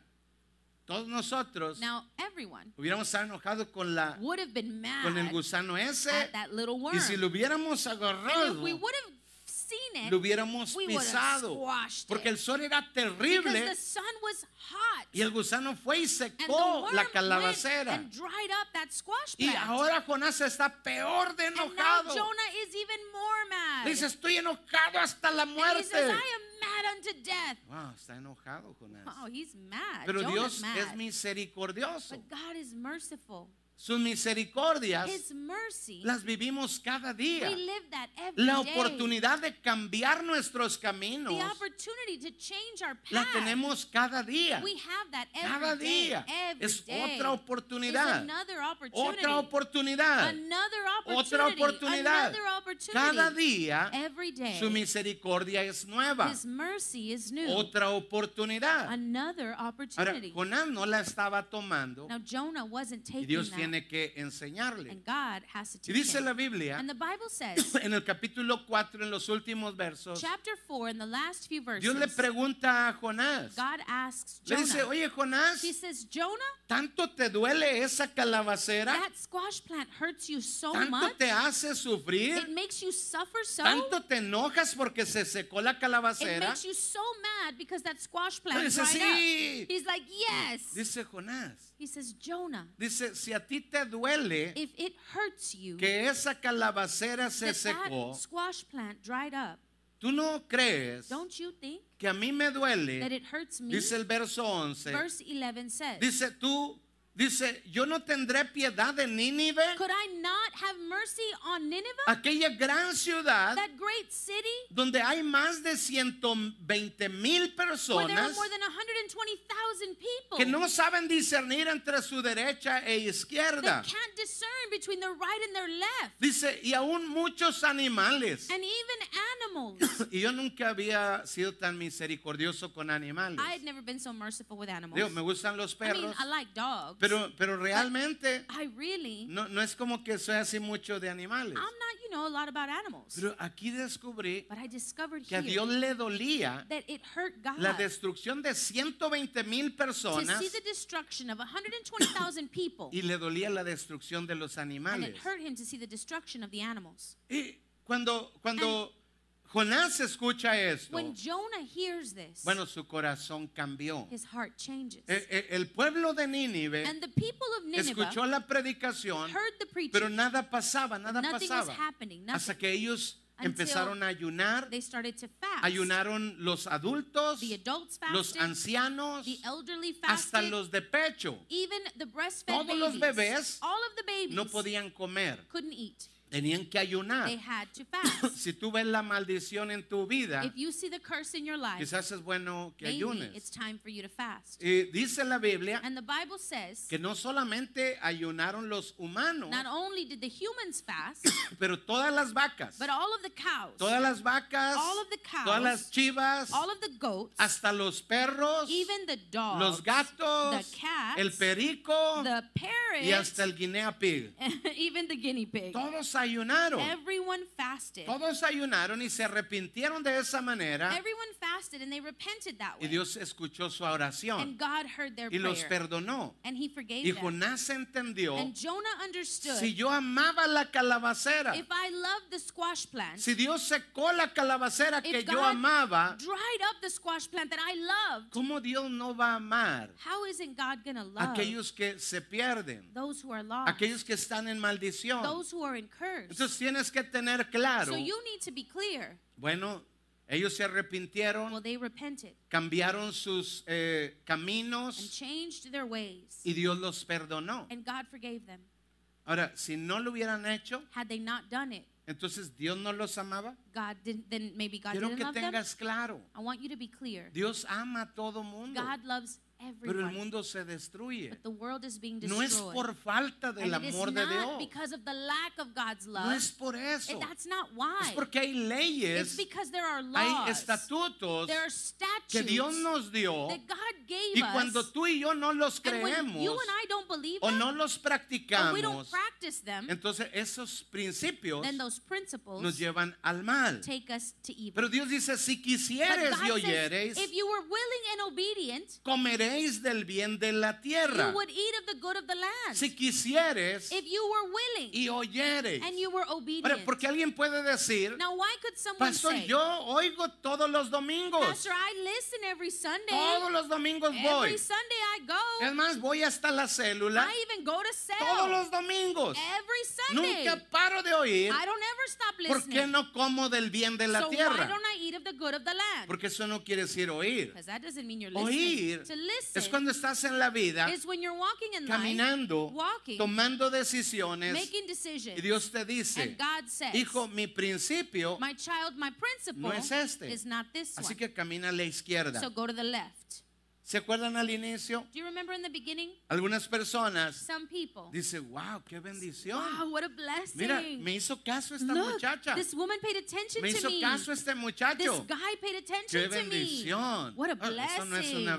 S1: todos nosotros
S2: Now everyone
S1: hubiéramos estado enojados con, la,
S2: would have been mad
S1: Ah. con el gusano ese.
S2: at that little worm.
S1: Y si lo hubiéramos
S2: and
S1: agarrado,
S2: if we would have seen it,
S1: lo hubiéramos
S2: we would've
S1: pisado.
S2: squashed
S1: Porque
S2: it.
S1: el sol era
S2: because
S1: terrible
S2: the sun was hot.
S1: y el gusano fue y
S2: And the worm
S1: secó la
S2: went
S1: calabacera.
S2: and dried up that squash
S1: Y
S2: plant.
S1: ahora Jonás está peor de
S2: and now
S1: enojado.
S2: Jonah is even more mad.
S1: Le dice, estoy enojado hasta la
S2: and he
S1: muerte.
S2: says, I am mad unto death.
S1: Wow, está enojado Jonás.
S2: Oh, he's mad.
S1: Pero
S2: Jonah's
S1: Dios
S2: mad.
S1: es misericordioso.
S2: But God is merciful.
S1: Sus misericordias
S2: His mercy,
S1: las vivimos cada
S2: we
S1: día.
S2: live that every
S1: La
S2: day.
S1: oportunidad de cambiar nuestros caminos
S2: The opportunity to change our path.
S1: la tenemos cada día.
S2: we have that
S1: Cada
S2: every day.
S1: día
S2: every
S1: es
S2: day.
S1: otra
S2: Is
S1: oportunidad.
S2: another opportunity.
S1: Otra oportunidad.
S2: Another
S1: Otra
S2: opportunity.
S1: oportunidad.
S2: Another opportunity.
S1: Cada día
S2: every day.
S1: su misericordia es nueva.
S2: His mercy is new.
S1: Otra oportunidad.
S2: Another
S1: Ahora,
S2: opportunity.
S1: Jonás no la estaba tomando
S2: now Jonah wasn't
S1: Oh. y
S2: taking
S1: Dios
S2: that,
S1: tiene que enseñarle.
S2: and God has to
S1: Y
S2: teach
S1: dice
S2: him.
S1: la Biblia,
S2: and the Bible says,
S1: en el capítulo 4, en los últimos versos,
S2: chapter four, in the last few verses,
S1: Dios le pregunta a Jonás.
S2: God asks
S1: Le
S2: Jonah.
S1: dice, oye Jonás,
S2: he says, Jonah,
S1: ¿tanto te duele esa calabacera?
S2: that squash plant hurts you so
S1: ¿Tanto
S2: much.
S1: te hace sufrir?
S2: It makes you suffer so.
S1: ¿Tanto te enojas porque se secó la
S2: it
S1: calabacera?
S2: makes you so mad because that squash
S1: Le
S2: plant
S1: dice,
S2: dried
S1: "Sí."
S2: up. He's like, yes.
S1: Dice Jonás,
S2: he says, Jonah,
S1: dice, si a ti te duele
S2: if it hurts you
S1: que esa calabacera se
S2: that
S1: secó,
S2: that squash plant dried up,
S1: ¿tú no crees
S2: don't you think
S1: que a mí me
S2: that
S1: duele?
S2: it hurts me?
S1: Dice el verso 11.
S2: Verse 11 says,
S1: Dice tú, dice, yo no tendré piedad de Nínive.
S2: Could I not have mercy on Nineveh,
S1: aquella gran ciudad
S2: that great city
S1: donde hay más de 120 mil
S2: where there are
S1: personas
S2: more than 120,000 people
S1: que no saben discernir entre su derecha e
S2: that
S1: izquierda.
S2: can't discern between their right and their left,
S1: Dice, y aún muchos animales.
S2: and even animals.
S1: Y yo nunca había sido tan misericordioso con animales.
S2: I had never been so merciful with animals.
S1: Digo, me gustan los
S2: I mean,
S1: perros,
S2: I like dogs.
S1: pero, pero realmente
S2: I really,
S1: no, no es como que soy así mucho de
S2: I'm
S1: animales.
S2: not, you know, a lot about animals.
S1: Pero aquí descubrí
S2: but I discovered
S1: que a
S2: here
S1: Dios le dolía
S2: that it hurt God
S1: la destrucción de 120 mil
S2: to
S1: personas
S2: see the destruction of 120,000 people.
S1: y le dolía la destrucción de los
S2: and it
S1: animales.
S2: hurt him to see the destruction of the animals.
S1: Y cuando, cuando Jonás escucha esto,
S2: When Jonah hears this,
S1: bueno, su corazón cambió.
S2: his heart changes.
S1: E- e- El pueblo de Nínive
S2: and the people of Nineveh
S1: eh, escuchó la predicación,
S2: heard the preaching.
S1: pero nada pasaba, nada
S2: nothing was
S1: pasaba.
S2: happening.
S1: Hasta
S2: Nothing.
S1: que ellos
S2: Until
S1: empezaron a ayunar,
S2: They started to fast.
S1: ayunaron los adultos,
S2: the adults
S1: los
S2: fasted.
S1: ancianos,
S2: the elderly
S1: hasta
S2: fasted.
S1: los de pecho.
S2: even the breastfed
S1: Todos los
S2: babies.
S1: bebés
S2: all of the babies
S1: No podían comer,
S2: couldn't eat.
S1: tenían que ayunar.
S2: They had to fast.
S1: Si tú ves la maldición en tu vida,
S2: if you see the curse in your life,
S1: quizás es bueno que
S2: maybe
S1: ayunes.
S2: it's time for you to fast.
S1: Y dice la Biblia
S2: And the Bible says
S1: que no solamente ayunaron los humanos,
S2: not only did the humans fast,
S1: pero todas las vacas,
S2: but all of the cows,
S1: todas las vacas,
S2: all of the cows,
S1: todas las chivas,
S2: all of the goats,
S1: hasta los perros,
S2: even the dogs,
S1: los gatos,
S2: the cats,
S1: el perico
S2: the parrots,
S1: y hasta el guinea pig.
S2: even the guinea pig.
S1: Todos ayunaron,
S2: Everyone fasted.
S1: todos ayunaron y se arrepintieron de esa manera
S2: Everyone fasted and they repented that
S1: y
S2: way.
S1: Dios escuchó su oración
S2: and God heard their
S1: y los
S2: prayer.
S1: perdonó.
S2: And he forgave
S1: Y
S2: them.
S1: Jonás entendió,
S2: And Jonah understood
S1: si yo amaba la calabacera,
S2: if I loved the squash plant,
S1: si Dios secó la calabacera que
S2: if
S1: yo
S2: God
S1: amaba,
S2: dried up the squash plant that I loved,
S1: ¿cómo Dios no va a amar
S2: how isn't God going to
S1: a
S2: love
S1: aquellos que se pierden,
S2: those who are lost,
S1: aquellos que están en maldición?
S2: those who are in curse?
S1: Entonces tienes que tener claro,
S2: so you need to be clear.
S1: bueno, ellos se
S2: Well,
S1: arrepintieron,
S2: they repented
S1: cambiaron sus eh,
S2: and
S1: caminos
S2: changed their ways,
S1: y Dios los perdonó.
S2: and God forgave them.
S1: Ahora, si no lo hubieran hecho,
S2: Had they not done it,
S1: entonces Dios no los amaba.
S2: God didn't. Then maybe God
S1: Quiero
S2: didn't
S1: que
S2: love them.
S1: tengas claro,
S2: I want you to be clear.
S1: Dios ama a todo mundo.
S2: God loves
S1: Pero el
S2: everyone,
S1: mundo se destruye.
S2: but the world is being
S1: No es
S2: destroyed.
S1: por falta del
S2: and it is
S1: amor de Dios.
S2: not because of the lack of God's love.
S1: No es por
S2: And
S1: eso.
S2: that's not why.
S1: Es porque hay
S2: it's
S1: leyes,
S2: because there are laws.
S1: hay estatutos
S2: there are statutes
S1: que Dios nos dio.
S2: that God gave
S1: Y
S2: us.
S1: cuando tú y yo no los
S2: and when you
S1: creemos
S2: and I don't believe
S1: o
S2: them,
S1: no los
S2: or we don't
S1: practicamos,
S2: practice them,
S1: entonces esos principios
S2: then those principles
S1: nos llevan al mal.
S2: take us to evil.
S1: Pero Dios dice, si
S2: But
S1: quisieres
S2: God
S1: y
S2: says,
S1: oyeres,
S2: if you were willing and obedient,
S1: comeréis del bien de la tierra.
S2: you would eat of the good of the land.
S1: Si quisieres
S2: if you were willing
S1: y oyeres.
S2: and you were obedient.
S1: Ahora, porque alguien puede decir,
S2: now, why could someone
S1: Pastor,
S2: say,
S1: yo oigo todos los domingos.
S2: Pastor, I listen every Sunday.
S1: Todos los domingos voy.
S2: Every Sunday I go.
S1: Es más, voy hasta la célula.
S2: I even go to
S1: Todos
S2: sell
S1: los domingos.
S2: every Sunday.
S1: Nunca paro de oír.
S2: I don't ever stop
S1: ¿Por qué
S2: listening.
S1: no como del bien de la
S2: so why
S1: tierra?
S2: don't I eat of the good of the land?
S1: Porque eso no quiere decir oír.
S2: Because that doesn't mean you're listening.
S1: Oír
S2: to listen
S1: es cuando estás en la vida,
S2: is when you're walking in
S1: caminando,
S2: life, walking,
S1: tomando decisiones.
S2: making decisions.
S1: Y Dios te
S2: and
S1: dice,
S2: God says,
S1: hijo, mi principio,
S2: my child, my principle
S1: no es este.
S2: is not this
S1: así
S2: one.
S1: que camina a la izquierda.
S2: so go to the left.
S1: ¿Se acuerdan al inicio?
S2: Do you remember in the beginning?
S1: Algunas personas
S2: Some people.
S1: dicen, wow, qué bendición.
S2: Wow, what a blessing.
S1: Mira, me hizo caso esta
S2: Look,
S1: muchacha.
S2: this woman paid attention
S1: Me
S2: to
S1: hizo
S2: me.
S1: caso este
S2: This
S1: muchacho.
S2: guy paid
S1: Qué
S2: attention to me.
S1: bendición.
S2: What a
S1: Ah,
S2: blessing.
S1: Eso no es una
S2: That's not a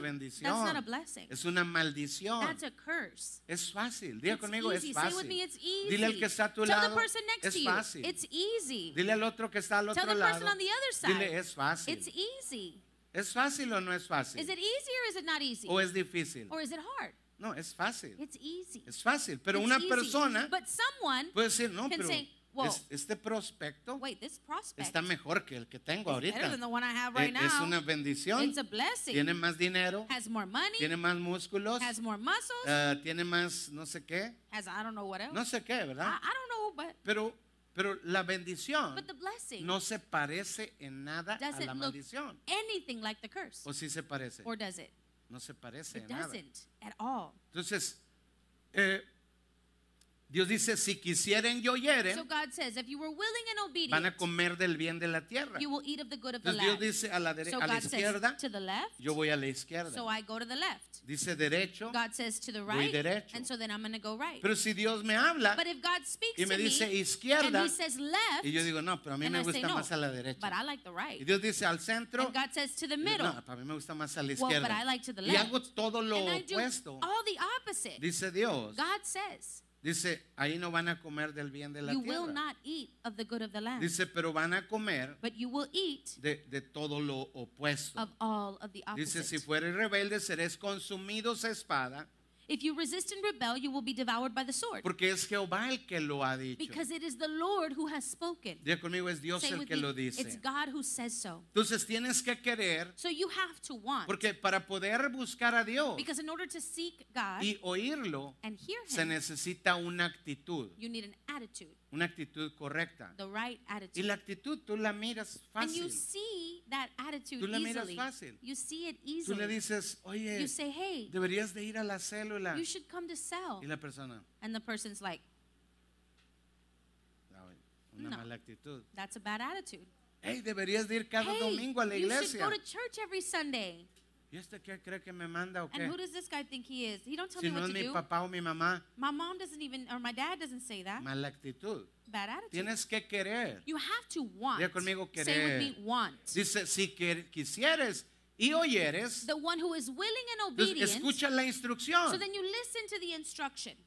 S1: bendición.
S2: blessing.
S1: Es una maldición.
S2: That's a curse.
S1: Es fácil. Diga
S2: It's
S1: conmigo,
S2: easy.
S1: es
S2: Say with
S1: fácil.
S2: me, it's easy.
S1: Dile al que está a tu
S2: Tell
S1: lado,
S2: the person next
S1: es
S2: to you,
S1: fácil.
S2: it's easy.
S1: Dile al otro que está al
S2: Tell
S1: otro
S2: the person
S1: lado.
S2: on the other side,
S1: Dile, es fácil.
S2: it's easy.
S1: ¿Es fácil o no es
S2: Is
S1: fácil?
S2: it easy or is it not easy?
S1: ¿O es difícil?
S2: Or is it hard?
S1: No, es fácil.
S2: It's easy.
S1: Es fácil. Pero
S2: It's
S1: una
S2: easy.
S1: persona
S2: But someone,
S1: puede decir, no,
S2: can
S1: pero
S2: say, "Wow,
S1: es- este prospecto
S2: wait, this prospect
S1: está mejor que el que tengo
S2: is better
S1: ahorita.
S2: than the one I have
S1: E-
S2: right
S1: Es
S2: now.
S1: una bendición.
S2: It's a blessing.
S1: Tiene más dinero,
S2: has more money,
S1: tiene más músculos,
S2: has more muscles,
S1: ah, tiene más no sé qué,
S2: has I don't know what else.
S1: no sé qué,
S2: I,
S1: ¿verdad?
S2: I don't know, but
S1: Pero, pero la bendición
S2: Ah. but the blessing
S1: no se parece en nada a
S2: doesn't
S1: la
S2: look
S1: maldición.
S2: anything like the curse.
S1: ¿O sí se parece?
S2: Or does it?
S1: No se parece
S2: It
S1: en nada.
S2: doesn't at all.
S1: Entonces, eh, Dios dice, si quisieren y
S2: So
S1: oyeren,
S2: God says, if you were willing and
S1: van a
S2: obedient,
S1: comer del bien de la tierra.
S2: you will eat of the good of the
S1: Entonces Dios
S2: land.
S1: dice a la, dere-
S2: So
S1: a la
S2: God says,
S1: izquierda,
S2: to the left,
S1: yo voy a la izquierda.
S2: so I go to the left.
S1: Dice derecho,
S2: God says, to the
S1: voy
S2: right,
S1: derecho.
S2: and so then I'm going to go right.
S1: pero si Dios me habla
S2: But if God speaks
S1: y me
S2: to me,
S1: dice
S2: and
S1: izquierda,
S2: He says left,
S1: y yo digo, no, pero a mí
S2: and
S1: me
S2: I say
S1: gusta
S2: no,
S1: más a la
S2: but
S1: derecha.
S2: I like the right.
S1: Y Dios dice al centro,
S2: and God says to the
S1: y yo,
S2: middle,
S1: no, para mí me gusta más a la
S2: well, but I
S1: izquierda.
S2: like to the
S1: Y
S2: left.
S1: hago todo lo
S2: and I do
S1: opuesto.
S2: all the opposite.
S1: Dice Dios,
S2: God says,
S1: dice, ahí no van a comer del bien de la
S2: you will
S1: tierra.
S2: not eat of the good of the land,
S1: Dice, pero van a comer
S2: but you will eat
S1: de, de todo lo opuesto.
S2: of all of the opposite.
S1: Dice, si fueres rebelde, seréis consumidos a espada,
S2: If you resist and rebel, you will be devoured by the sword.
S1: porque es Jehová el que lo ha dicho.
S2: Because it is the Lord who has spoken.
S1: Diga conmigo, es Dios
S2: Say
S1: el
S2: with
S1: que
S2: me,
S1: lo
S2: It's
S1: dice.
S2: God who says so.
S1: Entonces tienes que querer,
S2: So you have to want.
S1: porque para poder buscar a Dios
S2: because in order to seek God
S1: y oírlo,
S2: and hear
S1: se
S2: Him,
S1: necesita una actitud,
S2: you need an attitude,
S1: una actitud correcta.
S2: the right
S1: Y
S2: attitude.
S1: la actitud tú la miras
S2: and you
S1: fácil.
S2: see that attitude
S1: Tú la miras
S2: easily.
S1: fácil.
S2: You see it
S1: Tú le
S2: easily.
S1: dices, oye,
S2: you say, hey,
S1: deberías de ir a la célula.
S2: you should come to sell.
S1: Y la persona,
S2: And the person's like,
S1: "Ay, una
S2: No.
S1: mala actitud.
S2: that's a bad attitude.
S1: Hey, deberías de ir cada
S2: hey,
S1: domingo a la
S2: you should
S1: iglesia.
S2: go to church every Sunday.
S1: ¿Y este qué cree que me manda o
S2: And
S1: qué?
S2: who does this guy think he is? He don't tell
S1: Si
S2: me
S1: no
S2: what
S1: es
S2: to
S1: mi
S2: do.
S1: papá o mi mamá,
S2: My mom doesn't even, or my dad doesn't say that.
S1: mala actitud.
S2: Bad attitude.
S1: Tienes que querer.
S2: Ah. you have to want.
S1: Diga conmigo,
S2: Say with
S1: querer.
S2: me, want.
S1: Dice, si que- quisieres y oyeres,
S2: The one who is willing and
S1: entonces,
S2: obedient.
S1: escucha la
S2: So
S1: instrucción.
S2: then you listen to the instruction.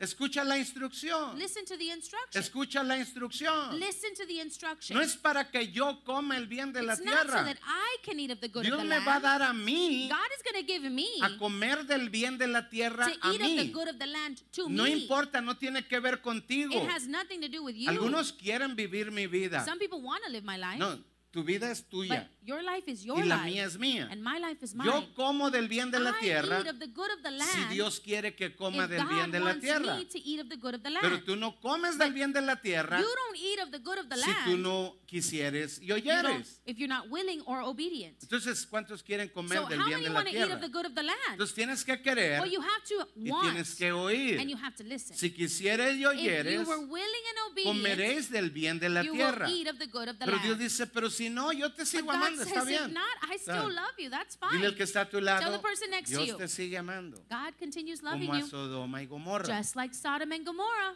S1: Escucha la instrucción.
S2: Listen to the instruction.
S1: Escucha la instrucción.
S2: Listen to the instruction.
S1: No es para que yo coma el bien de la
S2: it's not so
S1: tierra.
S2: that I can eat of the good
S1: Dios
S2: of the
S1: me va a
S2: land.
S1: dar a mí
S2: God is going to give me
S1: a comer del bien de la tierra
S2: to
S1: a
S2: eat of the
S1: mí.
S2: good of the land to
S1: No
S2: me.
S1: importa, no tiene que ver contigo.
S2: It has nothing to do with you.
S1: Algunos quieren vivir mi vida.
S2: Some people want to live my life,
S1: No, tu vida es
S2: but
S1: tuya
S2: your life is your
S1: y la
S2: life,
S1: mía es mía.
S2: and my life is mine.
S1: Yo como del bien de la
S2: I
S1: tierra
S2: eat of the good of the land.
S1: si Dios quiere que coma
S2: if
S1: del
S2: God
S1: bien de la
S2: wants
S1: tierra.
S2: me to eat of the good of the land.
S1: Pero tú no comes del bien de la tierra
S2: you don't eat of the good of the
S1: si
S2: land
S1: tú no quisieres y
S2: you don't-
S1: oyeres.
S2: if you're not willing or obedient.
S1: Entonces, ¿cuántos quieren comer
S2: So
S1: del
S2: how
S1: bien
S2: many
S1: de la
S2: want to eat
S1: tierra?
S2: of the good of the land?
S1: Entonces tienes que querer
S2: Well, you have to
S1: y
S2: want
S1: tienes que
S2: and you
S1: oír.
S2: have to listen.
S1: Si quisieres y
S2: if you
S1: oyeres,
S2: were willing and obedient,
S1: comeréis del bien de la
S2: you
S1: tierra.
S2: will eat of the good of the
S1: Pero
S2: land.
S1: Dios dice, pero si no, yo te
S2: but
S1: sigo
S2: God
S1: amando,
S2: says,
S1: está
S2: if
S1: bien.
S2: not, I still
S1: Está.
S2: love you. That's fine.
S1: Dile al que está a tu
S2: Tell the
S1: lado,
S2: person next to
S1: Dios
S2: you.
S1: te sigue amando.
S2: God continues loving
S1: Como a
S2: you,
S1: Sodoma y Gomorra.
S2: just like Sodom and Gomorrah.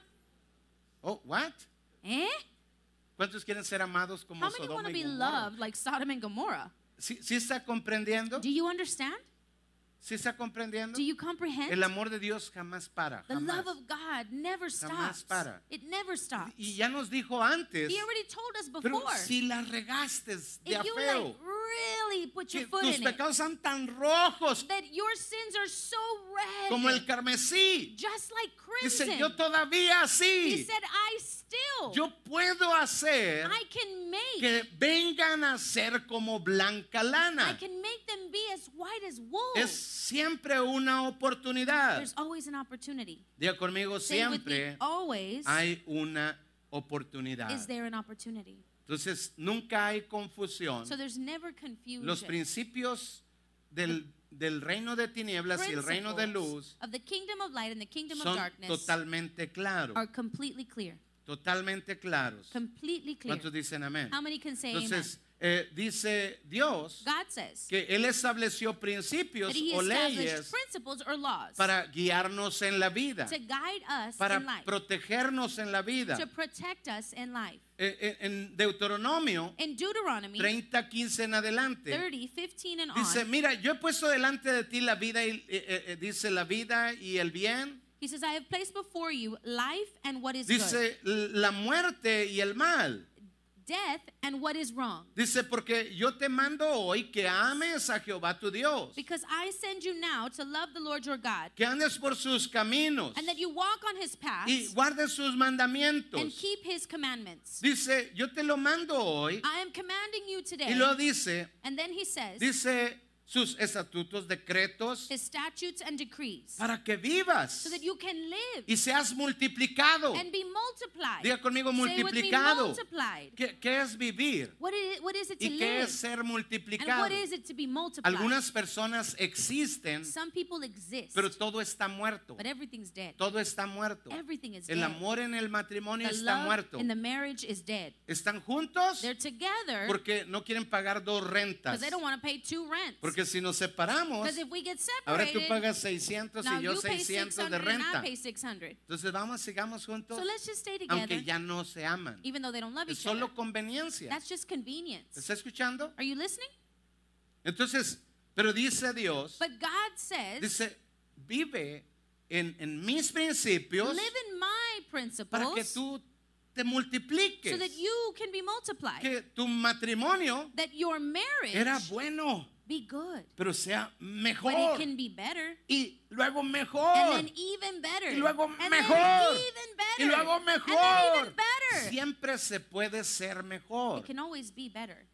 S1: Oh, what?
S2: Eh?
S1: ¿Cuántos quieren ser amados como
S2: How many want
S1: Sodoma
S2: to
S1: y
S2: be
S1: Gomorra?
S2: loved like Sodom and Gomorrah?
S1: ¿Sí, sí está comprendiendo?
S2: Do you understand?
S1: ¿Sí está comprendiendo?
S2: Do you comprehend?
S1: El amor de Dios jamás para.
S2: the
S1: jamás.
S2: love of God never
S1: Jamás
S2: stops.
S1: para.
S2: It never stops.
S1: Y ya nos dijo antes,
S2: he already told us
S1: pero
S2: before.
S1: si la regaste de a
S2: if you like
S1: feo,
S2: really put your
S1: que
S2: foot
S1: tus
S2: in it,
S1: pecados son tan rojos
S2: that your sins are so red,
S1: como el carmesí.
S2: just like crimson.
S1: Dice, yo todavía
S2: he
S1: así,
S2: said, I still,
S1: yo puedo hacer
S2: I can make,
S1: que vengan a ser como blanca
S2: I
S1: lana.
S2: can make them be as white as wool.
S1: Es siempre una oportunidad.
S2: There's always an opportunity.
S1: Diga conmigo,
S2: Say with me,
S1: siempre
S2: always
S1: hay una
S2: is
S1: oportunidad.
S2: there an opportunity.
S1: Entonces, nunca hay confusión.
S2: So there's never confusion.
S1: Los principios del, del reino de tinieblas y el reino de
S2: Principles
S1: luz
S2: of the kingdom of light and the kingdom of
S1: son
S2: darkness
S1: totalmente claros.
S2: are completely clear.
S1: Totalmente claros.
S2: Completely clear.
S1: ¿Cuántos dicen amén?
S2: How many can say
S1: Entonces, eh, dice Dios
S2: amen? God says
S1: que Él estableció principios
S2: that he
S1: o
S2: established
S1: leyes
S2: principles or laws
S1: para guiarnos en la vida,
S2: to guide us in
S1: para
S2: life,
S1: protegernos en la vida.
S2: to protect us in life.
S1: Eh, eh, En Deuteronomio
S2: In Deuteronomy
S1: 30, 15 en adelante,
S2: 30, 15 and on,
S1: dice, mira, yo he puesto delante de ti la vida, y, eh, eh, eh, dice la vida y el bien,
S2: he says, I have placed before you life and what is good,
S1: dice la muerte y el mal.
S2: death and what is wrong.
S1: Dice, porque yo te mando hoy que ames a Jehová tu Dios,
S2: Because I send you now to love the Lord your God,
S1: que andes por sus caminos
S2: and that you walk on his
S1: y
S2: paths
S1: guardes sus
S2: and
S1: mandamientos.
S2: keep his commandments.
S1: Dice, yo te lo mando hoy.
S2: I am commanding you today.
S1: Y lo dice,
S2: And then he says,
S1: dice, sus estatutos, decretos,
S2: his statutes and decrees,
S1: para que vivas
S2: so that you can live
S1: y seas multiplicado.
S2: and be multiplied.
S1: Diga conmigo,
S2: Say with me,
S1: multiplicado.
S2: multiplied.
S1: ¿Qué, qué es vivir?
S2: What is, what is it to
S1: ¿Y qué es
S2: live?
S1: ser
S2: And
S1: multiplicado?
S2: what is it to be multiplied?
S1: Algunas personas existen,
S2: Some people exist,
S1: pero todo está muerto.
S2: but everything's dead.
S1: Todo está muerto.
S2: Everything is
S1: El
S2: dead.
S1: amor en el matrimonio
S2: the
S1: está
S2: love
S1: muerto.
S2: and the marriage is dead.
S1: Están juntos
S2: They're together
S1: porque no quieren pagar dos rentas.
S2: because they don't want to pay two rents.
S1: Porque si nos separamos,
S2: Because if we get
S1: ahora tú
S2: separated,
S1: pagas 600
S2: now
S1: y yo
S2: you pay
S1: 600
S2: 600
S1: de
S2: and I
S1: renta.
S2: pay 600.
S1: Entonces vamos, sigamos juntos,
S2: So let's just stay together,
S1: aunque ya no se aman.
S2: even though they don't love
S1: Es
S2: each other.
S1: solo conveniencia.
S2: That's just convenience.
S1: ¿Está escuchando?
S2: Are you listening?
S1: Entonces, pero dice Dios,
S2: But God says,
S1: dice, vive en, en mis principios
S2: live in my
S1: para que
S2: principles
S1: tú te
S2: so that
S1: multipliques.
S2: you can be multiplied.
S1: Que tu matrimonio
S2: That your
S1: era
S2: marriage
S1: bueno,
S2: be good,
S1: pero sea
S2: but it
S1: mejor.
S2: can be better,
S1: Y luego
S2: and then
S1: mejor.
S2: even better,
S1: Y luego
S2: and
S1: mejor.
S2: then
S1: Y
S2: even better,
S1: luego
S2: and then even
S1: mejor.
S2: better.
S1: Siempre se puede ser mejor.
S2: It can always be better.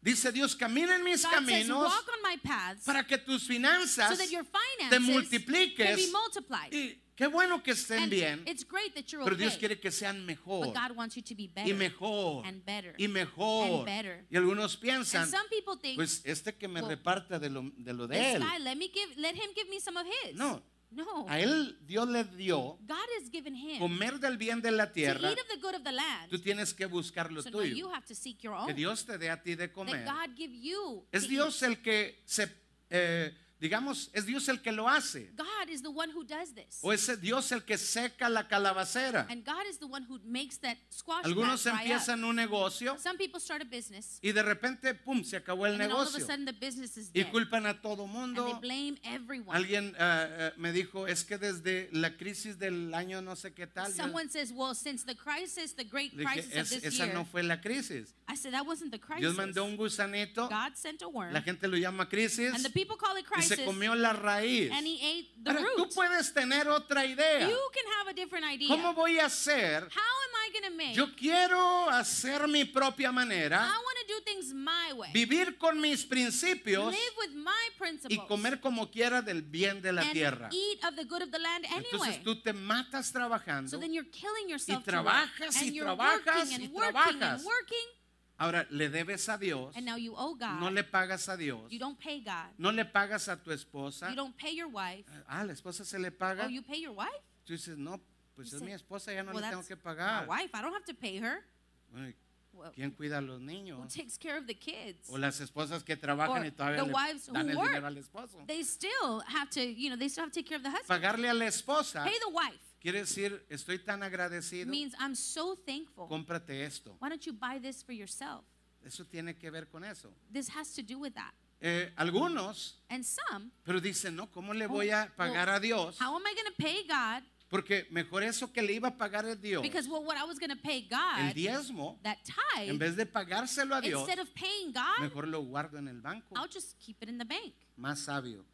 S1: Dice Dios, camina en mis
S2: God says,
S1: caminos
S2: walk on my paths
S1: para que tus finanzas
S2: so that your
S1: te
S2: finances can
S1: multipliques.
S2: be multiplied.
S1: Y qué bueno que estén
S2: And
S1: bien,
S2: it's great that you're
S1: pero Dios
S2: okay,
S1: quiere que sean mejor
S2: but God wants you to be
S1: y
S2: better.
S1: mejor
S2: and better,
S1: y mejor.
S2: and better.
S1: Y algunos piensan,
S2: And some people think,
S1: pues este que me
S2: well,
S1: reparta de lo de, lo de
S2: this
S1: él.
S2: guy, let me give, let him give me some of his.
S1: No.
S2: no.
S1: A él Dios le dio
S2: God has given him
S1: comer del bien de la
S2: to
S1: tierra.
S2: eat of the good of the land.
S1: Tú tienes que buscar lo
S2: so now you
S1: tuyo.
S2: have to seek your own.
S1: Que Dios te dé a ti de comer.
S2: That God give you.
S1: Es
S2: to
S1: Dios el que se, eh, digamos, es Dios el que lo hace.
S2: eat. God is the one who does this.
S1: O es Dios el que seca la calabacera.
S2: And God is the one who makes that squash
S1: Algunos
S2: plant dry up.
S1: empiezan un negocio
S2: Some people start a business,
S1: y de repente, pum, se acabó el
S2: and then all of a
S1: negocio.
S2: sudden the business is
S1: Y
S2: dead.
S1: culpan a todo
S2: and they
S1: mundo.
S2: blame everyone.
S1: Alguien ah, ah, me dijo, es que desde la crisis del año no sé qué tal. yo
S2: Someone says, well, since the crisis, the great
S1: dije,
S2: crisis
S1: "Es-
S2: of this
S1: esa
S2: year,
S1: no fue la crisis.
S2: I said that wasn't the crisis.
S1: Dios mandó un gusanito,
S2: God sent a worm,
S1: la gente lo llama crisis,
S2: and the people call it
S1: y
S2: crisis,
S1: se comió la raíz.
S2: and he ate the
S1: Ahora,
S2: root.
S1: tú puedes tener otra idea.
S2: You can have a different idea.
S1: ¿Cómo voy a hacer?
S2: How am I going to make?
S1: Yo quiero hacer mi propia
S2: I
S1: manera,
S2: want to do things my way.
S1: vivir con mis principios
S2: Live with my
S1: y
S2: principles.
S1: comer como quiera del bien de la
S2: and
S1: tierra.
S2: eat of the good of the land anyway.
S1: Entonces tú te matas
S2: so
S1: trabajando.
S2: then you're killing yourself. to it.
S1: trabajas, y
S2: and you're
S1: trabajas,
S2: working
S1: y
S2: and working and
S1: trabajas.
S2: working,
S1: Ahora le debes a Dios,
S2: and now you owe God.
S1: no le pagas a Dios,
S2: you don't pay God.
S1: no le pagas a tu esposa.
S2: You don't pay your wife.
S1: Ah, la esposa se le paga.
S2: Oh, you pay your wife?
S1: Tú dices, no, pues
S2: You
S1: es
S2: say,
S1: mi esposa, ya no
S2: well,
S1: le tengo
S2: that's
S1: que
S2: my
S1: pagar.
S2: wife. I don't have to pay her.
S1: Bueno, ¿y
S2: Well,
S1: ¿Quién cuida a los
S2: who
S1: niños?
S2: takes care of the kids?
S1: O las esposas que trabajan
S2: Or
S1: y todavía
S2: the
S1: le
S2: wives who
S1: dan el
S2: work.
S1: dinero al esposo.
S2: They still have to, you know, they still have to take care of the husband.
S1: Pagarle a la esposa
S2: Pay the wife
S1: quiere decir, estoy tan agradecido,
S2: means I'm so thankful.
S1: cómprate esto.
S2: Why don't you buy this for yourself?
S1: Eso tiene que ver con eso.
S2: This has to do with that.
S1: Eh, algunos,
S2: And some,
S1: pero dicen, no, ¿cómo le
S2: Oh,
S1: voy a pagar
S2: well,
S1: a Dios?
S2: how am I going to pay God?
S1: Porque mejor eso que le iba a pagar a Dios,
S2: Because well, what I was going to pay
S1: el
S2: God,
S1: diezmo,
S2: that
S1: en
S2: tithe,
S1: vez de pagárselo a Dios,
S2: instead of paying God,
S1: mejor lo guardo en el banco.
S2: I'll just keep it in the bank.
S1: Más sabio.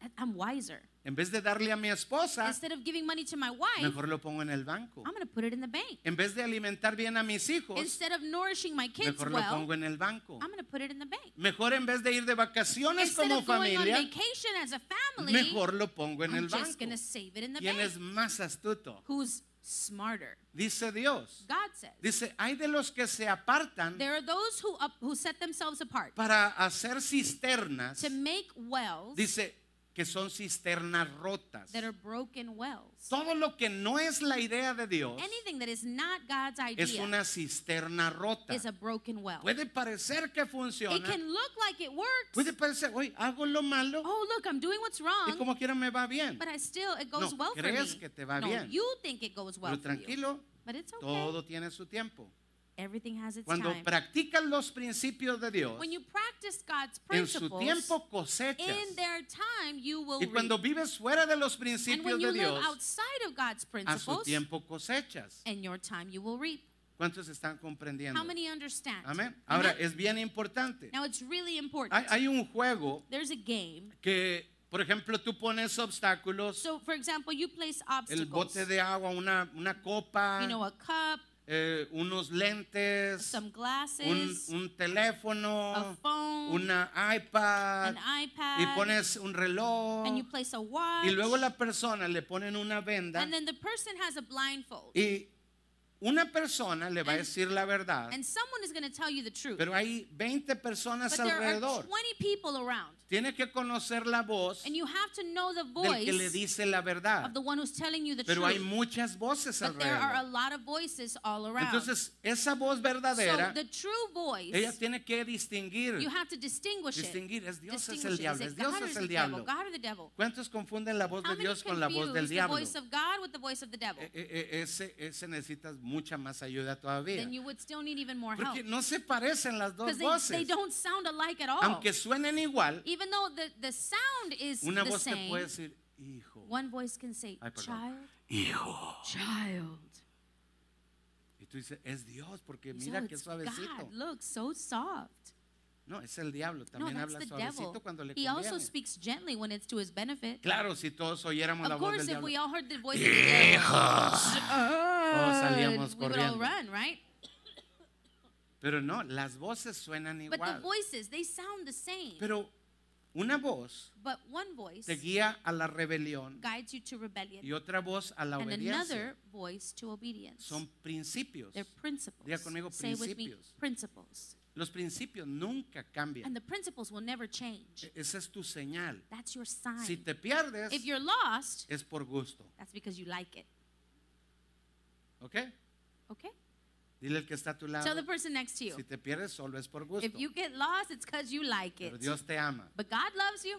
S2: I- I'm wiser.
S1: En vez de darle a mi esposa,
S2: Instead of giving money to my wife,
S1: mejor lo pongo en el banco.
S2: I'm going to put it in the bank.
S1: En vez de alimentar bien a mis hijos,
S2: Instead of nourishing my kids
S1: mejor lo
S2: well,
S1: pongo en el banco.
S2: I'm going to put it in the bank.
S1: Mejor en vez de ir de vacaciones
S2: Instead
S1: como
S2: of going
S1: familia,
S2: on vacation as a family,
S1: mejor lo pongo en el
S2: I'm
S1: banco.
S2: just going to save it in the
S1: ¿Quién
S2: bank.
S1: es más astuto?
S2: Who's smarter?
S1: Dice Dios.
S2: God says.
S1: Dice, hay de los que se apartan
S2: There are those who up, who set themselves apart
S1: para hacer cisternas.
S2: to make wells
S1: Dice que son cisternas rotas.
S2: that are broken wells.
S1: Todo lo que no es la idea de Dios
S2: Anything that is not God's idea
S1: es una cisterna rota.
S2: is a broken well.
S1: Puede parecer que
S2: It
S1: funciona.
S2: can look like it
S1: Puede
S2: works.
S1: parecer, hoy hago lo malo
S2: Oh, look, I'm doing what's
S1: y
S2: wrong,
S1: como quiera me va bien.
S2: but I still it goes
S1: No,
S2: well for me.
S1: crees que te va
S2: no,
S1: bien.
S2: you think it goes well
S1: Pero
S2: for you,
S1: tranquilo,
S2: but it's okay.
S1: todo tiene su tiempo.
S2: Everything has its
S1: Cuando
S2: time.
S1: practicas los principios de Dios,
S2: When you practice God's
S1: en su
S2: principles,
S1: tiempo cosechas.
S2: in their time you will
S1: Y cuando
S2: reap.
S1: vives fuera de los
S2: And
S1: principios
S2: when you
S1: de
S2: live
S1: Dios,
S2: outside of God's
S1: a su
S2: principles,
S1: tiempo cosechas.
S2: in your time you will reap.
S1: ¿Cuántos están comprendiendo?
S2: How many understand?
S1: Amén.
S2: Amen?
S1: Ahora, es bien importante.
S2: now it's really important.
S1: Hay, hay un juego
S2: There's a game.
S1: que, por ejemplo, tú pones obstáculos,
S2: So, for example, you place
S1: el
S2: obstacles.
S1: bote de agua, una, una copa,
S2: you know, a cup,
S1: eh, unos lentes,
S2: some
S1: un,
S2: glasses,
S1: un
S2: a
S1: teléfono,
S2: phone,
S1: una iPad,
S2: an iPad,
S1: y pones un reloj,
S2: and you place a watch.
S1: y luego la persona le ponen una venda,
S2: and then the person has a blindfold.
S1: y una persona le va a
S2: And-
S1: decir la verdad,
S2: and someone is going to tell you the truth.
S1: pero hay 20 personas
S2: but there are
S1: alrededor.
S2: 20 people around.
S1: Tiene que conocer la voz
S2: And you have to know the
S1: del que le
S2: voice
S1: dice la verdad,
S2: of the one who's telling you the
S1: pero hay
S2: truth.
S1: muchas voces
S2: But there are a
S1: alrededor.
S2: lot of voices all around.
S1: Entonces, esa voz
S2: so
S1: verdadera,
S2: the true voice,
S1: ella tiene que distinguir.
S2: you have to distinguish it.
S1: Distinguir, es Dios es
S2: Distinguish
S1: el
S2: it.
S1: diablo,
S2: Is
S1: es
S2: it
S1: Dios
S2: God or
S1: es
S2: is
S1: el
S2: it
S1: diablo.
S2: devil? God or the devil?
S1: ¿Cuántos confunden la voz
S2: How
S1: de
S2: many
S1: Dios con la voz del
S2: confuse the
S1: diablo?
S2: voice of God with the voice of the devil?
S1: E- e- e- ese, ese necesitas mucha más ayuda todavía.
S2: Then you would still need even more
S1: eh,
S2: help.
S1: Porque no se parecen las dos
S2: Because they, they
S1: voces.
S2: don't sound alike at all.
S1: Aunque suenen igual,
S2: Even though the, the sound is
S1: una
S2: the
S1: voz te
S2: same,
S1: puede decir, hijo,
S2: one voice can say,
S1: Ay, perdón. Oh.
S2: child,
S1: hijo.
S2: child.
S1: Y tú dices, es Dios, porque
S2: You say,
S1: mira
S2: "Oh,
S1: qué
S2: it's
S1: suavecito.
S2: God, look, so soft.
S1: No, es el diablo,
S2: No,
S1: también
S2: that's
S1: habla
S2: the
S1: suavecito
S2: devil.
S1: cuando le
S2: He also
S1: conviene.
S2: speaks gently when it's to his benefit.
S1: Claro, si todos oyéramos la
S2: Of
S1: voz
S2: course,
S1: del
S2: if we
S1: diablo.
S2: all heard the voice of the devil,
S1: salíamos
S2: we would all
S1: corriendo.
S2: run, right?
S1: Pero no, las voces suenan
S2: But the
S1: igual.
S2: voices, they sound the same.
S1: Pero una voz
S2: But one voice
S1: te guía a la rebelión
S2: guides you to rebellion,
S1: y otra voz a la
S2: and another
S1: obediencia.
S2: voice to obedience.
S1: Son principios.
S2: They're principles.
S1: Diga conmigo,
S2: Say with me,
S1: principios.
S2: principles.
S1: Los principios nunca cambian.
S2: And the principles will never change.
S1: E- Esa es tu señal.
S2: That's your sign.
S1: Si te pierdes,
S2: if you're lost,
S1: es por gusto.
S2: that's because you like it.
S1: ¿Ok?
S2: Okay?
S1: Dile al que está a tu
S2: Tell the
S1: lado.
S2: person next to you.
S1: Si te pierdes, solo es por gusto.
S2: If you get lost, it's because you like
S1: Pero
S2: it.
S1: Dios te ama.
S2: But God loves you.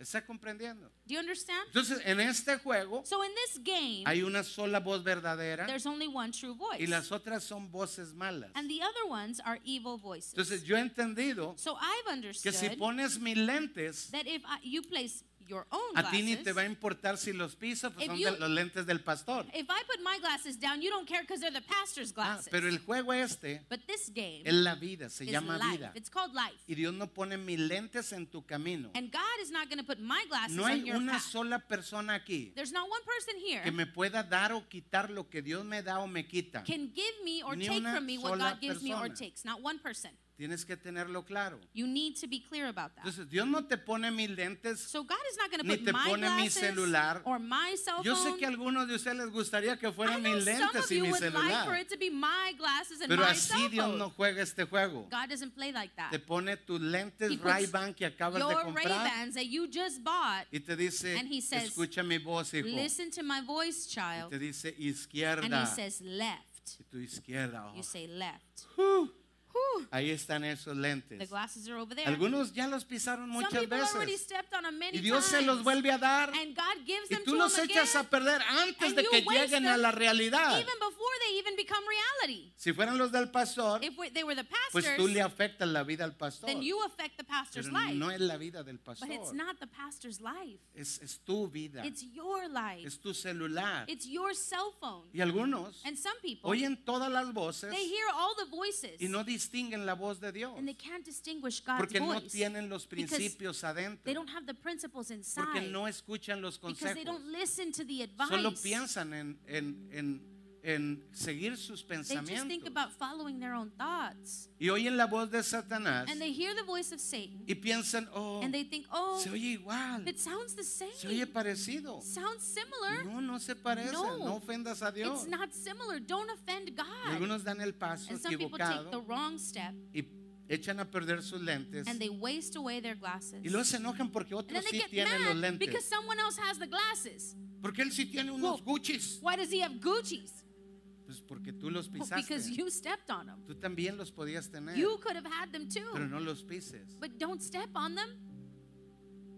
S1: ¿Está comprendiendo?
S2: Do you understand?
S1: Entonces, en este juego
S2: So in this game,
S1: hay una sola voz verdadera
S2: there's only one true
S1: y
S2: voice.
S1: las otras son voces malas.
S2: And the other ones are evil voices.
S1: Entonces, yo he entendido
S2: so I've
S1: que
S2: understood
S1: si pones mis lentes,
S2: that if I, you place your own
S1: A ti
S2: glasses,
S1: ni te va a importar si los pisos pues,
S2: If
S1: son
S2: you-
S1: de los lentes del pastor.
S2: if I put my glasses down, you don't care because they're the pastor's
S1: Ah,
S2: glasses.
S1: pero el juego este
S2: but this game
S1: es la vida, se
S2: is
S1: llama
S2: life.
S1: vida.
S2: It's called life.
S1: Y Dios no pone mis lentes en tu camino.
S2: And God is not going to put my glasses
S1: No
S2: on
S1: hay
S2: your
S1: una
S2: path.
S1: sola persona aquí
S2: There's not one person here
S1: que me pueda dar o quitar lo que Dios me da o me quita.
S2: can give me or
S1: Ni
S2: take
S1: una
S2: from me what
S1: sola
S2: God gives me or
S1: persona.
S2: takes. Not one person.
S1: Tienes que tenerlo claro.
S2: You need to be clear about that.
S1: Entonces, Dios no te pone mis lentes.
S2: So God is not going to
S1: Ni
S2: put
S1: te
S2: my
S1: pone mi
S2: glasses
S1: celular.
S2: or my cell phone.
S1: Yo sé que a algunos de ustedes les gustaría que
S2: I
S1: fueran
S2: know
S1: mis
S2: some
S1: lentes
S2: of
S1: y
S2: you
S1: mi
S2: would like for
S1: celular.
S2: it to be my glasses and
S1: Pero
S2: my cell
S1: así Dios
S2: phone.
S1: no juega este juego.
S2: God doesn't play like that.
S1: Te pone tus lentes
S2: He puts
S1: Ray-Ban que acabas de
S2: Your
S1: comprar.
S2: Ray-Bans that you just bought,
S1: Y te dice,
S2: And he says,
S1: escucha mi voz, hijo. Y
S2: listen to my voice, child.
S1: te dice,
S2: And he
S1: izquierda.
S2: says left.
S1: Y tu izquierda. oh.
S2: You say left.
S1: Whew.
S2: Whew.
S1: Ahí están esos
S2: The
S1: lentes.
S2: glasses are over there.
S1: Algunos ya los pisaron
S2: Some
S1: muchas
S2: people already
S1: veces.
S2: stepped on them many
S1: Y Dios se los
S2: times.
S1: vuelve a dar.
S2: And God gives
S1: Y
S2: them
S1: tú
S2: to
S1: los
S2: them again,
S1: echas a perder antes
S2: and
S1: de
S2: you
S1: que
S2: waste
S1: lleguen a
S2: them
S1: la realidad.
S2: even before they even become reality.
S1: Si fueran los del pastor,
S2: If we, they were the
S1: pues tú
S2: pastors,
S1: le afectas la vida al pastor.
S2: then you affect the pastor's
S1: Pero
S2: life.
S1: no es la vida del pastor.
S2: But it's not the pastor's life.
S1: Es, es tu vida.
S2: It's your life.
S1: Es tu celular.
S2: It's your cell phone.
S1: Y algunos
S2: And some people,
S1: oyen todas las voces
S2: they hear all the voices
S1: y no distinguen la voz de Dios.
S2: and they can't distinguish God's
S1: Porque no
S2: voice.
S1: tienen los
S2: because
S1: principios
S2: they
S1: adentro.
S2: don't have the principles inside
S1: Porque no escuchan los
S2: because they don't
S1: consejos.
S2: listen to the advice.
S1: Solo piensan en, en, en, en seguir sus
S2: they just think
S1: pensamientos.
S2: about following their own thoughts.
S1: Y oyen la voz de Satanás
S2: And they hear the voice of Satan
S1: y piensan, oh,
S2: and they think, oh,
S1: se oye igual,
S2: it sounds the same.
S1: se oye parecido.
S2: sounds similar.
S1: No, no se parece,
S2: No.
S1: no ofendas a Dios.
S2: It's not similar. Don't offend
S1: Y
S2: God.
S1: algunos dan el paso
S2: And some people take the
S1: equivocado
S2: wrong step
S1: y echan a perder sus lentes.
S2: and they waste away their glasses.
S1: Y luego se enojan porque
S2: and then
S1: otros
S2: they
S1: sí
S2: get
S1: tienen los
S2: mad because
S1: lentes.
S2: someone else has the glasses.
S1: Porque él sí tiene unos
S2: Well,
S1: Gucci's.
S2: Why does he have Gucci's?
S1: Pues porque tú los
S2: Well,
S1: pisaste.
S2: because you stepped on them.
S1: Tú también los podías tener,
S2: You could have had them too.
S1: pero no los pises.
S2: But don't step on them.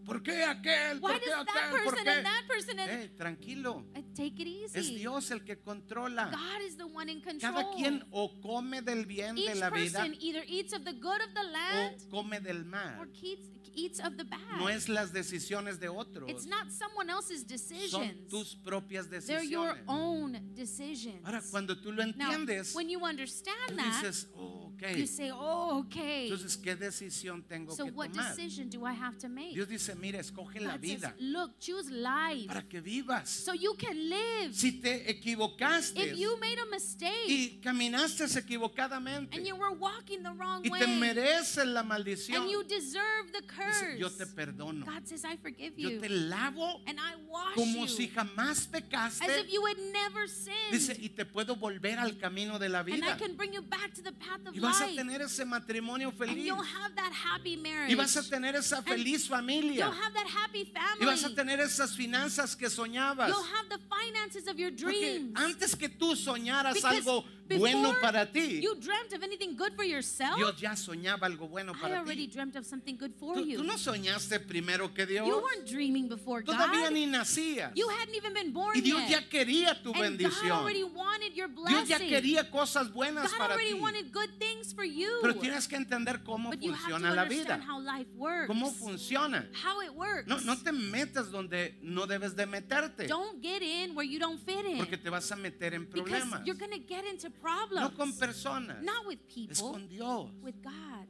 S1: ¿Por qué aquel?
S2: Why
S1: ¿Por
S2: does
S1: qué
S2: that
S1: aquel? ¿Por
S2: person and
S1: qué?
S2: that person and
S1: Eh, tranquilo.
S2: Uh, take it
S1: Es
S2: easy?
S1: Dios el que controla.
S2: God is the one in control.
S1: Cada quien o come del bien de
S2: Each
S1: la vida Oh,
S2: person either eats of the good of the land
S1: o come del
S2: or
S1: mal.
S2: eats, eats of the bad.
S1: No es las decisiones de
S2: it's
S1: otros,
S2: not someone else's
S1: son
S2: decisions.
S1: tus propias
S2: They're your
S1: decisiones.
S2: own decisions.
S1: Ahora, cuando tú lo
S2: now,
S1: entiendes,
S2: when you
S1: tú
S2: understand that,
S1: dices, oh, ok,
S2: you say, oh, okay.
S1: entonces, ¿qué decisión tengo
S2: So
S1: que
S2: what
S1: tomar?
S2: decision do I have to make?
S1: Dios dice, mira, escoge la
S2: God says,
S1: vida
S2: look, choose life
S1: para que vivas.
S2: so you can live.
S1: Si te equivocaste
S2: If you made a mistake
S1: y caminaste equivocadamente
S2: and you were walking the wrong
S1: y
S2: way
S1: te mereces la
S2: and
S1: maldición,
S2: you deserve the
S1: dice,
S2: curse,
S1: yo te perdono,
S2: God says, I forgive
S1: yo
S2: you
S1: te lavo
S2: and I wash
S1: como
S2: you
S1: si jamás
S2: as
S1: pecaste.
S2: if you had never
S1: Dice,
S2: sinned.
S1: y te puedo volver al camino de la
S2: And I
S1: vida.
S2: can bring you back to the path of
S1: Y vas a
S2: life.
S1: tener ese matrimonio
S2: And
S1: feliz.
S2: you'll have that happy marriage.
S1: Y vas a tener esa feliz familia.
S2: You'll have that happy
S1: Y vas a
S2: family.
S1: tener esas finanzas que soñabas.
S2: You'll have the finances of your
S1: Porque
S2: dreams.
S1: antes que tú soñaras
S2: Because
S1: algo
S2: before
S1: bueno para ti,
S2: You dreamt of anything good for yourself.
S1: Dios ya soñaba algo bueno
S2: I
S1: para
S2: already
S1: ti.
S2: dreamt of something good for
S1: Tú,
S2: you.
S1: tú no soñaste primero que Dios.
S2: you weren't dreaming before
S1: Todavía
S2: God.
S1: ni nacías.
S2: you hadn't even been born
S1: Y Dios
S2: yet.
S1: ya quería tu
S2: and God
S1: bendición.
S2: already wanted your
S1: Dios ya
S2: blessing.
S1: quería cosas buenas
S2: God
S1: para
S2: already
S1: ti.
S2: wanted good things for you.
S1: Pero tienes que entender cómo
S2: but you have to
S1: funciona la
S2: understand
S1: vida.
S2: how life works.
S1: Cómo funciona.
S2: how it works.
S1: No, no te metas donde no debes de meterte.
S2: Don't get in where you don't fit in.
S1: Porque te vas a meter en
S2: because
S1: problemas.
S2: you're going to get into problems.
S1: No con personas.
S2: not with
S1: Es
S2: people,
S1: con Dios
S2: with God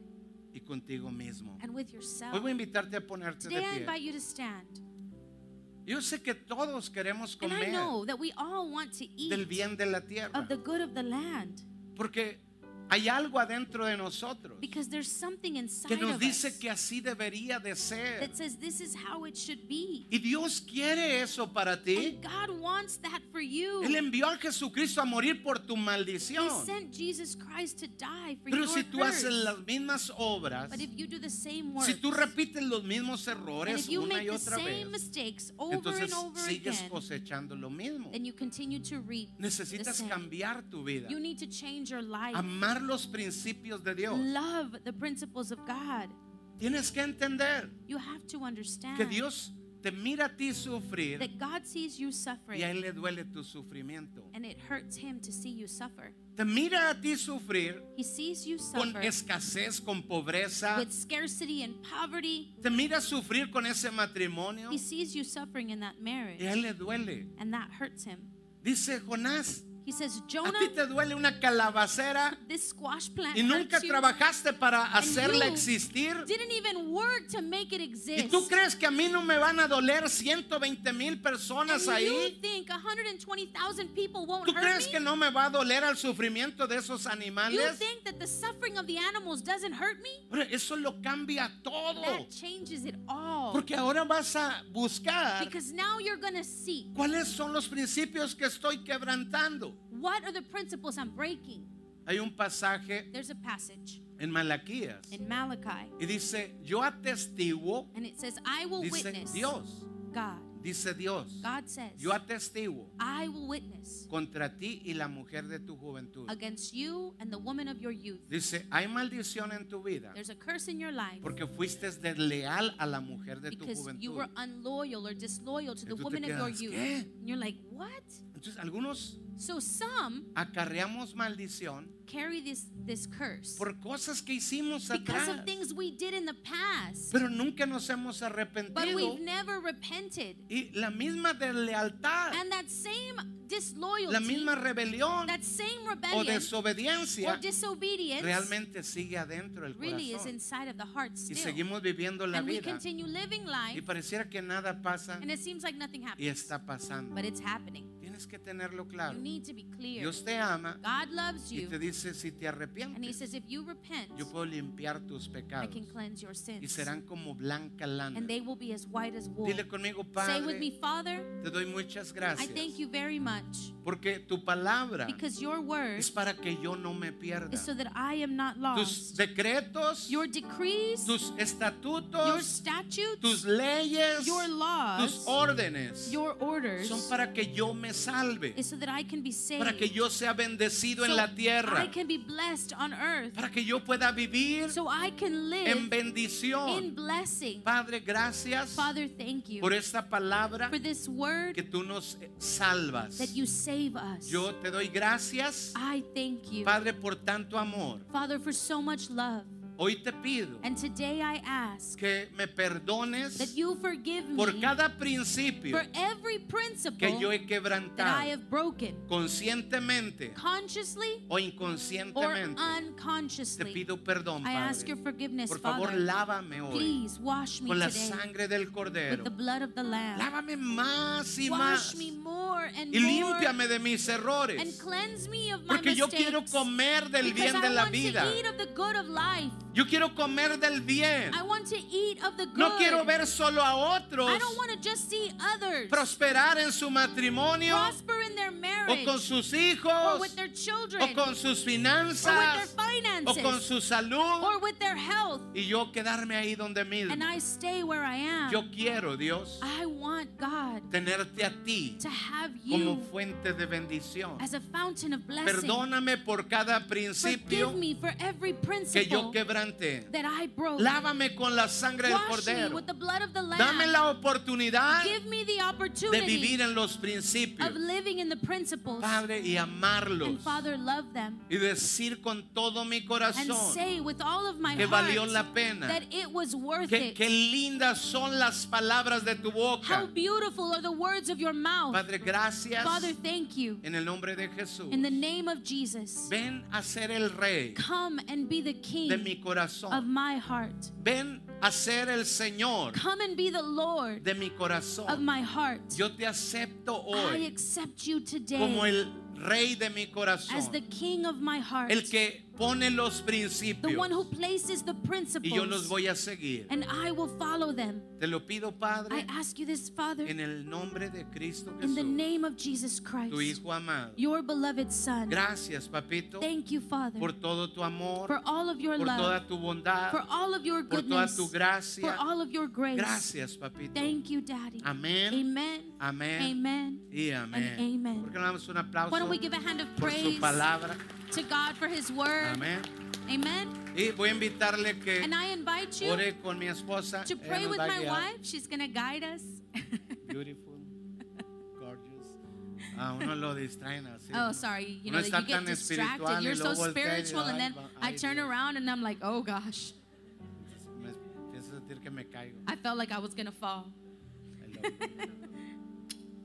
S1: y contigo mismo.
S2: and with yourself.
S1: Hoy voy a invitarte a ponerte de
S2: Today I invite
S1: pie.
S2: you to stand.
S1: Yo sé que todos queremos
S2: And I
S1: comer
S2: know that we all want to
S1: del
S2: eat
S1: bien de la tierra.
S2: of the good of the land
S1: Porque hay algo adentro de nosotros
S2: because there's something inside
S1: que nos
S2: of
S1: dice
S2: us
S1: que así debería de ser.
S2: that says this is how it should be.
S1: Y Dios quiere eso para ti.
S2: And God wants that for you.
S1: Él envió a Jesucristo a morir por tu
S2: He
S1: maldición.
S2: sent Jesus Christ to die for
S1: Pero
S2: your
S1: si tú
S2: curse.
S1: haces las mismas obras,
S2: But if you do the same work,
S1: si tú repites los mismos
S2: and
S1: errores
S2: if you
S1: una
S2: make
S1: y
S2: the
S1: otra
S2: same
S1: vez,
S2: mistakes over
S1: entonces
S2: and over
S1: sigues
S2: again,
S1: cosechando lo mismo.
S2: then you continue to reap the
S1: Necesitas
S2: same.
S1: cambiar tu vida,
S2: You need to change your life.
S1: amar los principios de Dios.
S2: Love the principles of God.
S1: Tienes que entender
S2: You have to understand
S1: que Dios te mira a ti sufrir
S2: that God sees you
S1: y a
S2: suffering
S1: Él le duele tu sufrimiento.
S2: and it hurts him to see you suffer.
S1: Te mira a ti sufrir
S2: He sees you
S1: con
S2: suffer
S1: escasez, con pobreza.
S2: with scarcity and poverty.
S1: Te mira sufrir con ese matrimonio
S2: He sees you suffering in that marriage
S1: y a Él le duele.
S2: and that hurts him.
S1: Dice Jonás,
S2: He says,
S1: a ti
S2: Jonah,
S1: te duele una calabacera
S2: this squash plant
S1: y nunca
S2: hurts you.
S1: trabajaste para hacerla
S2: you
S1: existir.
S2: didn't even work to make it exist.
S1: ¿Y tú crees que a mí no me van a doler 120 mil
S2: and
S1: personas
S2: you
S1: ahí?
S2: think 120,000 people won't
S1: ¿Tú
S2: hurt
S1: crees
S2: me?
S1: que no me va a doler al sufrimiento de esos
S2: You
S1: animales?
S2: think that the suffering of the animals doesn't hurt me?
S1: Pero Eso lo cambia todo.
S2: That changes it all.
S1: Porque ahora vas a buscar
S2: because now you're going to see
S1: cuáles son los principios que estoy quebrantando.
S2: what are the principles I'm breaking.
S1: Hay un pasaje
S2: There's a passage
S1: en Malaquías
S2: in Malachi,
S1: y dice, yo atestiguo,
S2: and it says, I will
S1: dice
S2: witness
S1: Dios,
S2: God.
S1: dice Dios,
S2: God says,
S1: yo atestiguo
S2: I will witness
S1: contra ti y la mujer de tu juventud.
S2: against you and the woman of your youth.
S1: Dice, hay maldición en tu vida
S2: There's a curse in your life
S1: porque fuiste desleal a la mujer de tu
S2: because you
S1: juventud.
S2: were unloyal or disloyal to
S1: Y
S2: the
S1: tú te
S2: woman of your
S1: quedas,
S2: youth.
S1: "¿Qué?"
S2: And you're like, what?
S1: Entonces, algunos
S2: So some
S1: acarreamos maldición
S2: carry this, this curse
S1: por cosas que hicimos
S2: because
S1: atrás,
S2: of things we did in the past.
S1: pero nunca nos hemos
S2: But
S1: arrepentido.
S2: we've never repented.
S1: Y la misma deslealtad,
S2: And that same disloyalty,
S1: la misma rebelión
S2: that same
S1: o
S2: rebellion or
S1: desobediencia
S2: disobedience
S1: realmente sigue adentro del
S2: really is
S1: corazón.
S2: inside of the heart
S1: Y
S2: still.
S1: seguimos viviendo la
S2: and we
S1: vida
S2: continue living life
S1: y pareciera que nada pasa
S2: and it seems like nothing
S1: y
S2: happens.
S1: está pasando.
S2: But it's happening.
S1: Tienes que tenerlo
S2: You
S1: claro.
S2: need to be clear.
S1: Dios te ama
S2: God loves
S1: y
S2: you.
S1: te dice si te
S2: And he
S1: arrepientes,
S2: says, if you repent,
S1: yo puedo limpiar tus
S2: I
S1: pecados
S2: can cleanse your sins.
S1: y serán como blanca
S2: and
S1: lana.
S2: they will be as white as wool.
S1: Dile conmigo,
S2: Say with
S1: Padre,
S2: me, Father,
S1: te doy muchas
S2: I
S1: gracias
S2: thank you very much
S1: porque tu palabra
S2: because your word
S1: es para que yo no me pierda.
S2: is so that I am not
S1: Tus
S2: lost.
S1: decretos,
S2: Your decrees,
S1: tus
S2: your
S1: estatutos, tus
S2: statutes,
S1: leyes,
S2: your
S1: tus
S2: laws,
S1: órdenes
S2: your orders
S1: son para que yo me salve,
S2: is so that I can be saved.
S1: para que yo sea bendecido en
S2: so
S1: la
S2: I
S1: tierra,
S2: can be blessed on earth.
S1: para que yo pueda vivir
S2: So I can
S1: en
S2: live
S1: bendición.
S2: in blessing.
S1: Padre, gracias
S2: Father, thank you
S1: por esta palabra
S2: for this
S1: que
S2: word
S1: tú nos eh, salvas.
S2: that you save us.
S1: Yo te doy gracias,
S2: I thank you,
S1: Padre, por tanto amor.
S2: Father, for so much love.
S1: Hoy te pido
S2: And today I ask
S1: que me
S2: that
S1: perdones
S2: you forgive me
S1: por cada principio
S2: for every principle
S1: que yo he
S2: that I
S1: quebrantado
S2: have broken,
S1: conscientemente
S2: consciously
S1: o
S2: or
S1: inconscientemente. Te
S2: unconsciously.
S1: pido perdón,
S2: I ask your
S1: Padre.
S2: forgiveness,
S1: Por favor,
S2: Father.
S1: lávame hoy
S2: Please wash me
S1: con la
S2: today
S1: sangre del
S2: with
S1: Cordero.
S2: the blood of the Lamb.
S1: Lávame más y
S2: wash
S1: más
S2: me more and
S1: y
S2: more
S1: límpiame de mis
S2: and
S1: errores.
S2: cleanse me of my
S1: Porque yo
S2: mistakes.
S1: quiero comer del
S2: because
S1: bien
S2: I
S1: de la
S2: want
S1: vida.
S2: to eat of the good of life.
S1: Yo quiero comer del bien.
S2: I want to eat of the good.
S1: No quiero ver solo a otros
S2: I don't want to just see others
S1: prosperar en su matrimonio
S2: prosper in their
S1: o
S2: marriage
S1: con sus
S2: or
S1: hijos
S2: with their children
S1: o con sus
S2: or with their
S1: finanzas o
S2: finances
S1: con su salud
S2: or with their health.
S1: y yo quedarme ahí donde mismo.
S2: And I stay where I am.
S1: Yo quiero, Dios,
S2: I want God
S1: tenerte a ti
S2: to have
S1: como
S2: you
S1: fuente de bendición.
S2: as a fountain of blessing.
S1: Perdóname por cada
S2: Forgive
S1: principio
S2: me for every
S1: que yo
S2: principle
S1: quebranté.
S2: that I broke.
S1: Lávame con la sangre del
S2: Wash me
S1: Cordero.
S2: with the blood of the Lamb.
S1: Dame la oportunidad
S2: Give me the
S1: de
S2: opportunity
S1: vivir en los principios,
S2: of living in the principles.
S1: Padre, y amarlos.
S2: and Father, love them.
S1: Y decir con todo mi
S2: And
S1: corazón
S2: say with all of my
S1: que
S2: heart
S1: valió la pena.
S2: that it was worth
S1: Que,
S2: it.
S1: que lindas son las palabras de tu
S2: How
S1: boca.
S2: beautiful are the words of your mouth.
S1: Padre, gracias
S2: Father, thank you.
S1: en el nombre de Jesús.
S2: In the name of Jesus,
S1: Ven a ser el rey
S2: come and be the King
S1: de mi
S2: of
S1: corazón.
S2: my heart.
S1: Ven a ser el Señor
S2: Come and be the Lord
S1: de mi
S2: of
S1: corazón.
S2: my heart.
S1: Yo te acepto
S2: I
S1: hoy
S2: accept you today
S1: como el rey de mi
S2: as the
S1: corazón.
S2: King of my heart,
S1: El que pone los
S2: the one who
S1: principios
S2: places the
S1: y
S2: principles,
S1: yo los voy a seguir.
S2: and I will follow them.
S1: Te lo pido,
S2: I
S1: Padre,
S2: ask you this, Father,
S1: en el nombre de Cristo
S2: in the
S1: Jesús,
S2: name of Jesus Christ,
S1: tu Hijo amado.
S2: your beloved Son.
S1: Gracias, papito,
S2: Thank you, Father,
S1: por todo tu amor,
S2: for all of your
S1: por
S2: love,
S1: toda tu bondad,
S2: for all of your
S1: por toda
S2: goodness,
S1: tu
S2: for
S1: gracia.
S2: all of your grace.
S1: Gracias, papito.
S2: Thank you, Daddy.
S1: Amén,
S2: Amen.
S1: amén,
S2: Amen.
S1: y amén.
S2: amen.
S1: ¿Por qué no damos un
S2: Why
S1: aplauso
S2: don't we give a hand of
S1: por su
S2: praise
S1: palabra?
S2: to God for His Word?
S1: Amén.
S2: Amen.
S1: Y voy a invitarle que
S2: And I invite you
S1: ore con mi esposa.
S2: to
S1: Ella
S2: pray
S1: nos
S2: with
S1: va a
S2: my
S1: guiar.
S2: wife. She's going to guide us.
S1: Beautiful, gorgeous. A uno lo distraen así.
S2: Oh, sorry. You
S1: Uno
S2: know,
S1: está
S2: that you
S1: tan
S2: get distracted.
S1: espiritual y
S2: You're so
S1: luego voltea y
S2: spiritual.
S1: ay,
S2: And then
S1: va-
S2: I
S1: ay,
S2: turn
S1: Dios.
S2: around and I'm like, oh gosh.
S1: Me empiezo a sentir que me caigo.
S2: I felt like I was going to fall.
S1: I love you.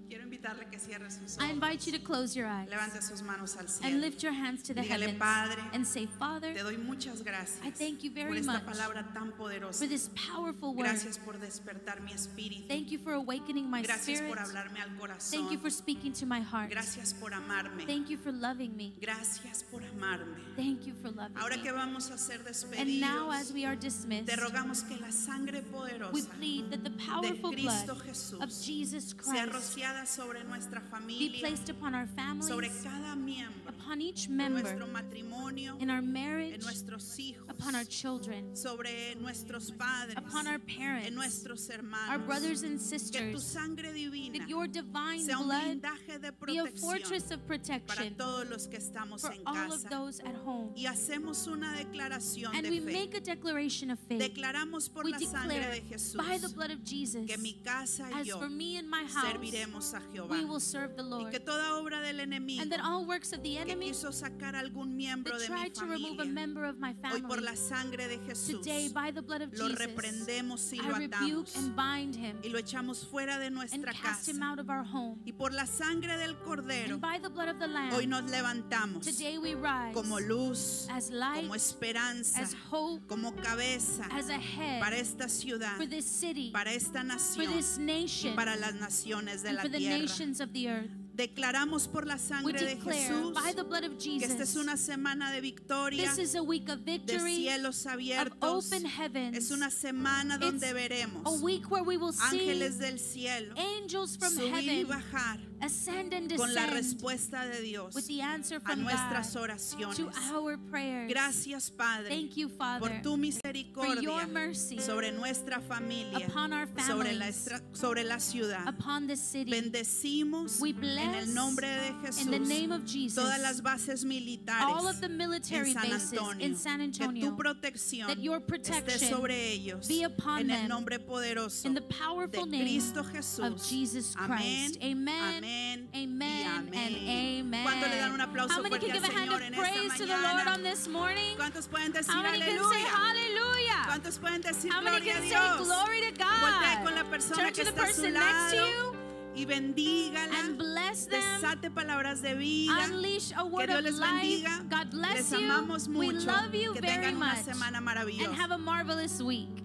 S3: Quiero invitarle que cierre sus
S2: I
S3: ojos.
S2: invite you to close your eyes
S3: Levante sus manos al
S2: and
S3: cielo.
S2: lift your hands to the
S3: Dígale,
S2: heavens
S3: "Padre,
S2: and say, Father,
S3: Te doy muchas gracias
S2: I thank you very
S3: por esta
S2: much
S3: palabra tan poderosa.
S2: for this powerful word.
S3: Gracias por despertar mi espíritu.
S2: Thank you for awakening my
S3: Gracias
S2: spirit.
S3: por hablarme al corazón.
S2: Thank you for speaking to my heart.
S3: Gracias por amarme.
S2: Thank you for loving me.
S3: Gracias por amarme.
S2: Thank you for loving
S3: Ahora que
S2: me.
S3: vamos a ser
S2: And now, as
S3: despedidos,
S2: we are dismissed,
S3: te rogamos que la sangre
S2: we
S3: poderosa
S2: plead that the powerful blood
S3: Cristo Jesús
S2: of Jesus
S3: sea
S2: Christ
S3: rociada sobre nuestra
S2: be
S3: familia,
S2: placed upon our
S3: sobre
S2: families,
S3: cada miembro,
S2: upon each
S3: en nuestro
S2: member,
S3: matrimonio,
S2: in our
S3: en
S2: marriage,
S3: nuestros hijos,
S2: upon our children,
S3: sobre nuestros padres,
S2: upon our
S3: en
S2: parents,
S3: nuestros
S2: our
S3: hermanos.
S2: brothers and
S3: que tu
S2: sisters,
S3: sangre divina
S2: that your divine
S3: sea un
S2: blood
S3: blindaje de
S2: be a
S3: protección
S2: fortress of
S3: para
S2: protection
S3: todos los que estamos
S2: for
S3: en
S2: all of
S3: casa.
S2: those at home.
S3: Y hacemos una declaración
S2: And we
S3: de fe.
S2: make a declaration of faith.
S3: Declaramos por
S2: We
S3: la sangre
S2: declare
S3: de Jesús
S2: by the blood of Jesus,
S3: que mi casa y
S2: as
S3: yo
S2: for me and my house,
S3: serviremos a Jehová
S2: we will serve the
S3: y que
S2: Lord.
S3: toda obra del enemigo
S2: And that all works of the
S3: que
S2: enemy
S3: quiso sacar a algún miembro
S2: that
S3: de mi
S2: tried to remove a
S3: familia
S2: member of my
S3: hoy por la
S2: family,
S3: sangre de Jesús
S2: today by the blood of
S3: lo
S2: Jesus,
S3: reprendemos y lo
S2: I rebuke
S3: atamos
S2: and bind him
S3: y lo echamos fuera de
S2: and
S3: nuestra
S2: cast him
S3: casa
S2: out of our home.
S3: y por la sangre del cordero
S2: And by the blood of the
S3: Hoy
S2: Lamb,
S3: nos levantamos
S2: today we rise
S3: como luz,
S2: as light,
S3: como esperanza,
S2: as hope,
S3: como cabeza
S2: as a
S3: para
S2: head
S3: esta ciudad,
S2: for this city,
S3: para esta
S2: for
S3: nación
S2: this
S3: y
S2: nation,
S3: para las naciones de
S2: and
S3: la
S2: for the
S3: tierra.
S2: nations of the earth.
S3: Declaramos por la
S2: We
S3: sangre de
S2: declare
S3: Jesús
S2: by the blood of
S3: que esta es
S2: Jesus,
S3: una semana de victoria,
S2: this is a week of
S3: de
S2: victory,
S3: cielos
S2: of
S3: abiertos.
S2: open heavens,
S3: Es una semana donde
S2: It's a
S3: veremos
S2: week where we will see
S3: ángeles del cielo
S2: angels from
S3: subir y
S2: heaven
S3: bajar
S2: ascend and
S3: con la
S2: descend
S3: respuesta de Dios
S2: with the answer
S3: a
S2: from
S3: nuestras
S2: God
S3: oraciones.
S2: to our prayers.
S3: Gracias, Padre.
S2: Thank you, Father,
S3: por
S2: for your
S3: tu misericordia
S2: mercy
S3: sobre nuestra familia,
S2: upon our
S3: sobre la,
S2: families,
S3: estra- sobre la ciudad.
S2: upon this city.
S3: Bendecimos
S2: We
S3: en el
S2: bless
S3: nombre de
S2: In the
S3: Jesús
S2: name of Jesus,
S3: todas las bases militares
S2: all of the military
S3: en San
S2: bases
S3: Antonio.
S2: in San
S3: que tu
S2: Antonio,
S3: protección
S2: that your
S3: esté
S2: protection
S3: sobre ellos
S2: be upon
S3: en el
S2: them
S3: nombre poderoso
S2: in the
S3: de
S2: powerful name
S3: Cristo Jesús.
S2: of Jesus
S3: Amén,
S2: Christ. Amen.
S3: amén amén. y
S2: Amen and amen.
S3: ¿Cuánto le dan un aplauso
S2: How many
S3: fuerte
S2: can give
S3: al
S2: a hand
S3: Señor
S2: of
S3: en
S2: praise
S3: esta
S2: to the Lord
S3: mañana?
S2: on this morning?
S3: ¿Cuántos pueden decir
S2: How many can say
S3: aleluya?
S2: hallelujah?
S3: ¿Cuántos pueden decir
S2: How many
S3: gloria a
S2: can
S3: Dios?
S2: say glory to
S3: Voltea con la
S2: God?
S3: persona
S2: Turn to
S3: que
S2: the
S3: está a su
S2: person next to
S3: lado
S2: you
S3: y bendígala.
S2: and bless them.
S3: Desate palabras de vida.
S2: Unleash a
S3: que
S2: word
S3: Dios
S2: of
S3: les
S2: life.
S3: bendiga.
S2: God bless
S3: les
S2: you.
S3: amamos
S2: We
S3: mucho.
S2: love you
S3: que
S2: very
S3: tengan una
S2: much.
S3: semana
S2: And
S3: maravillosa.
S2: have a marvelous week.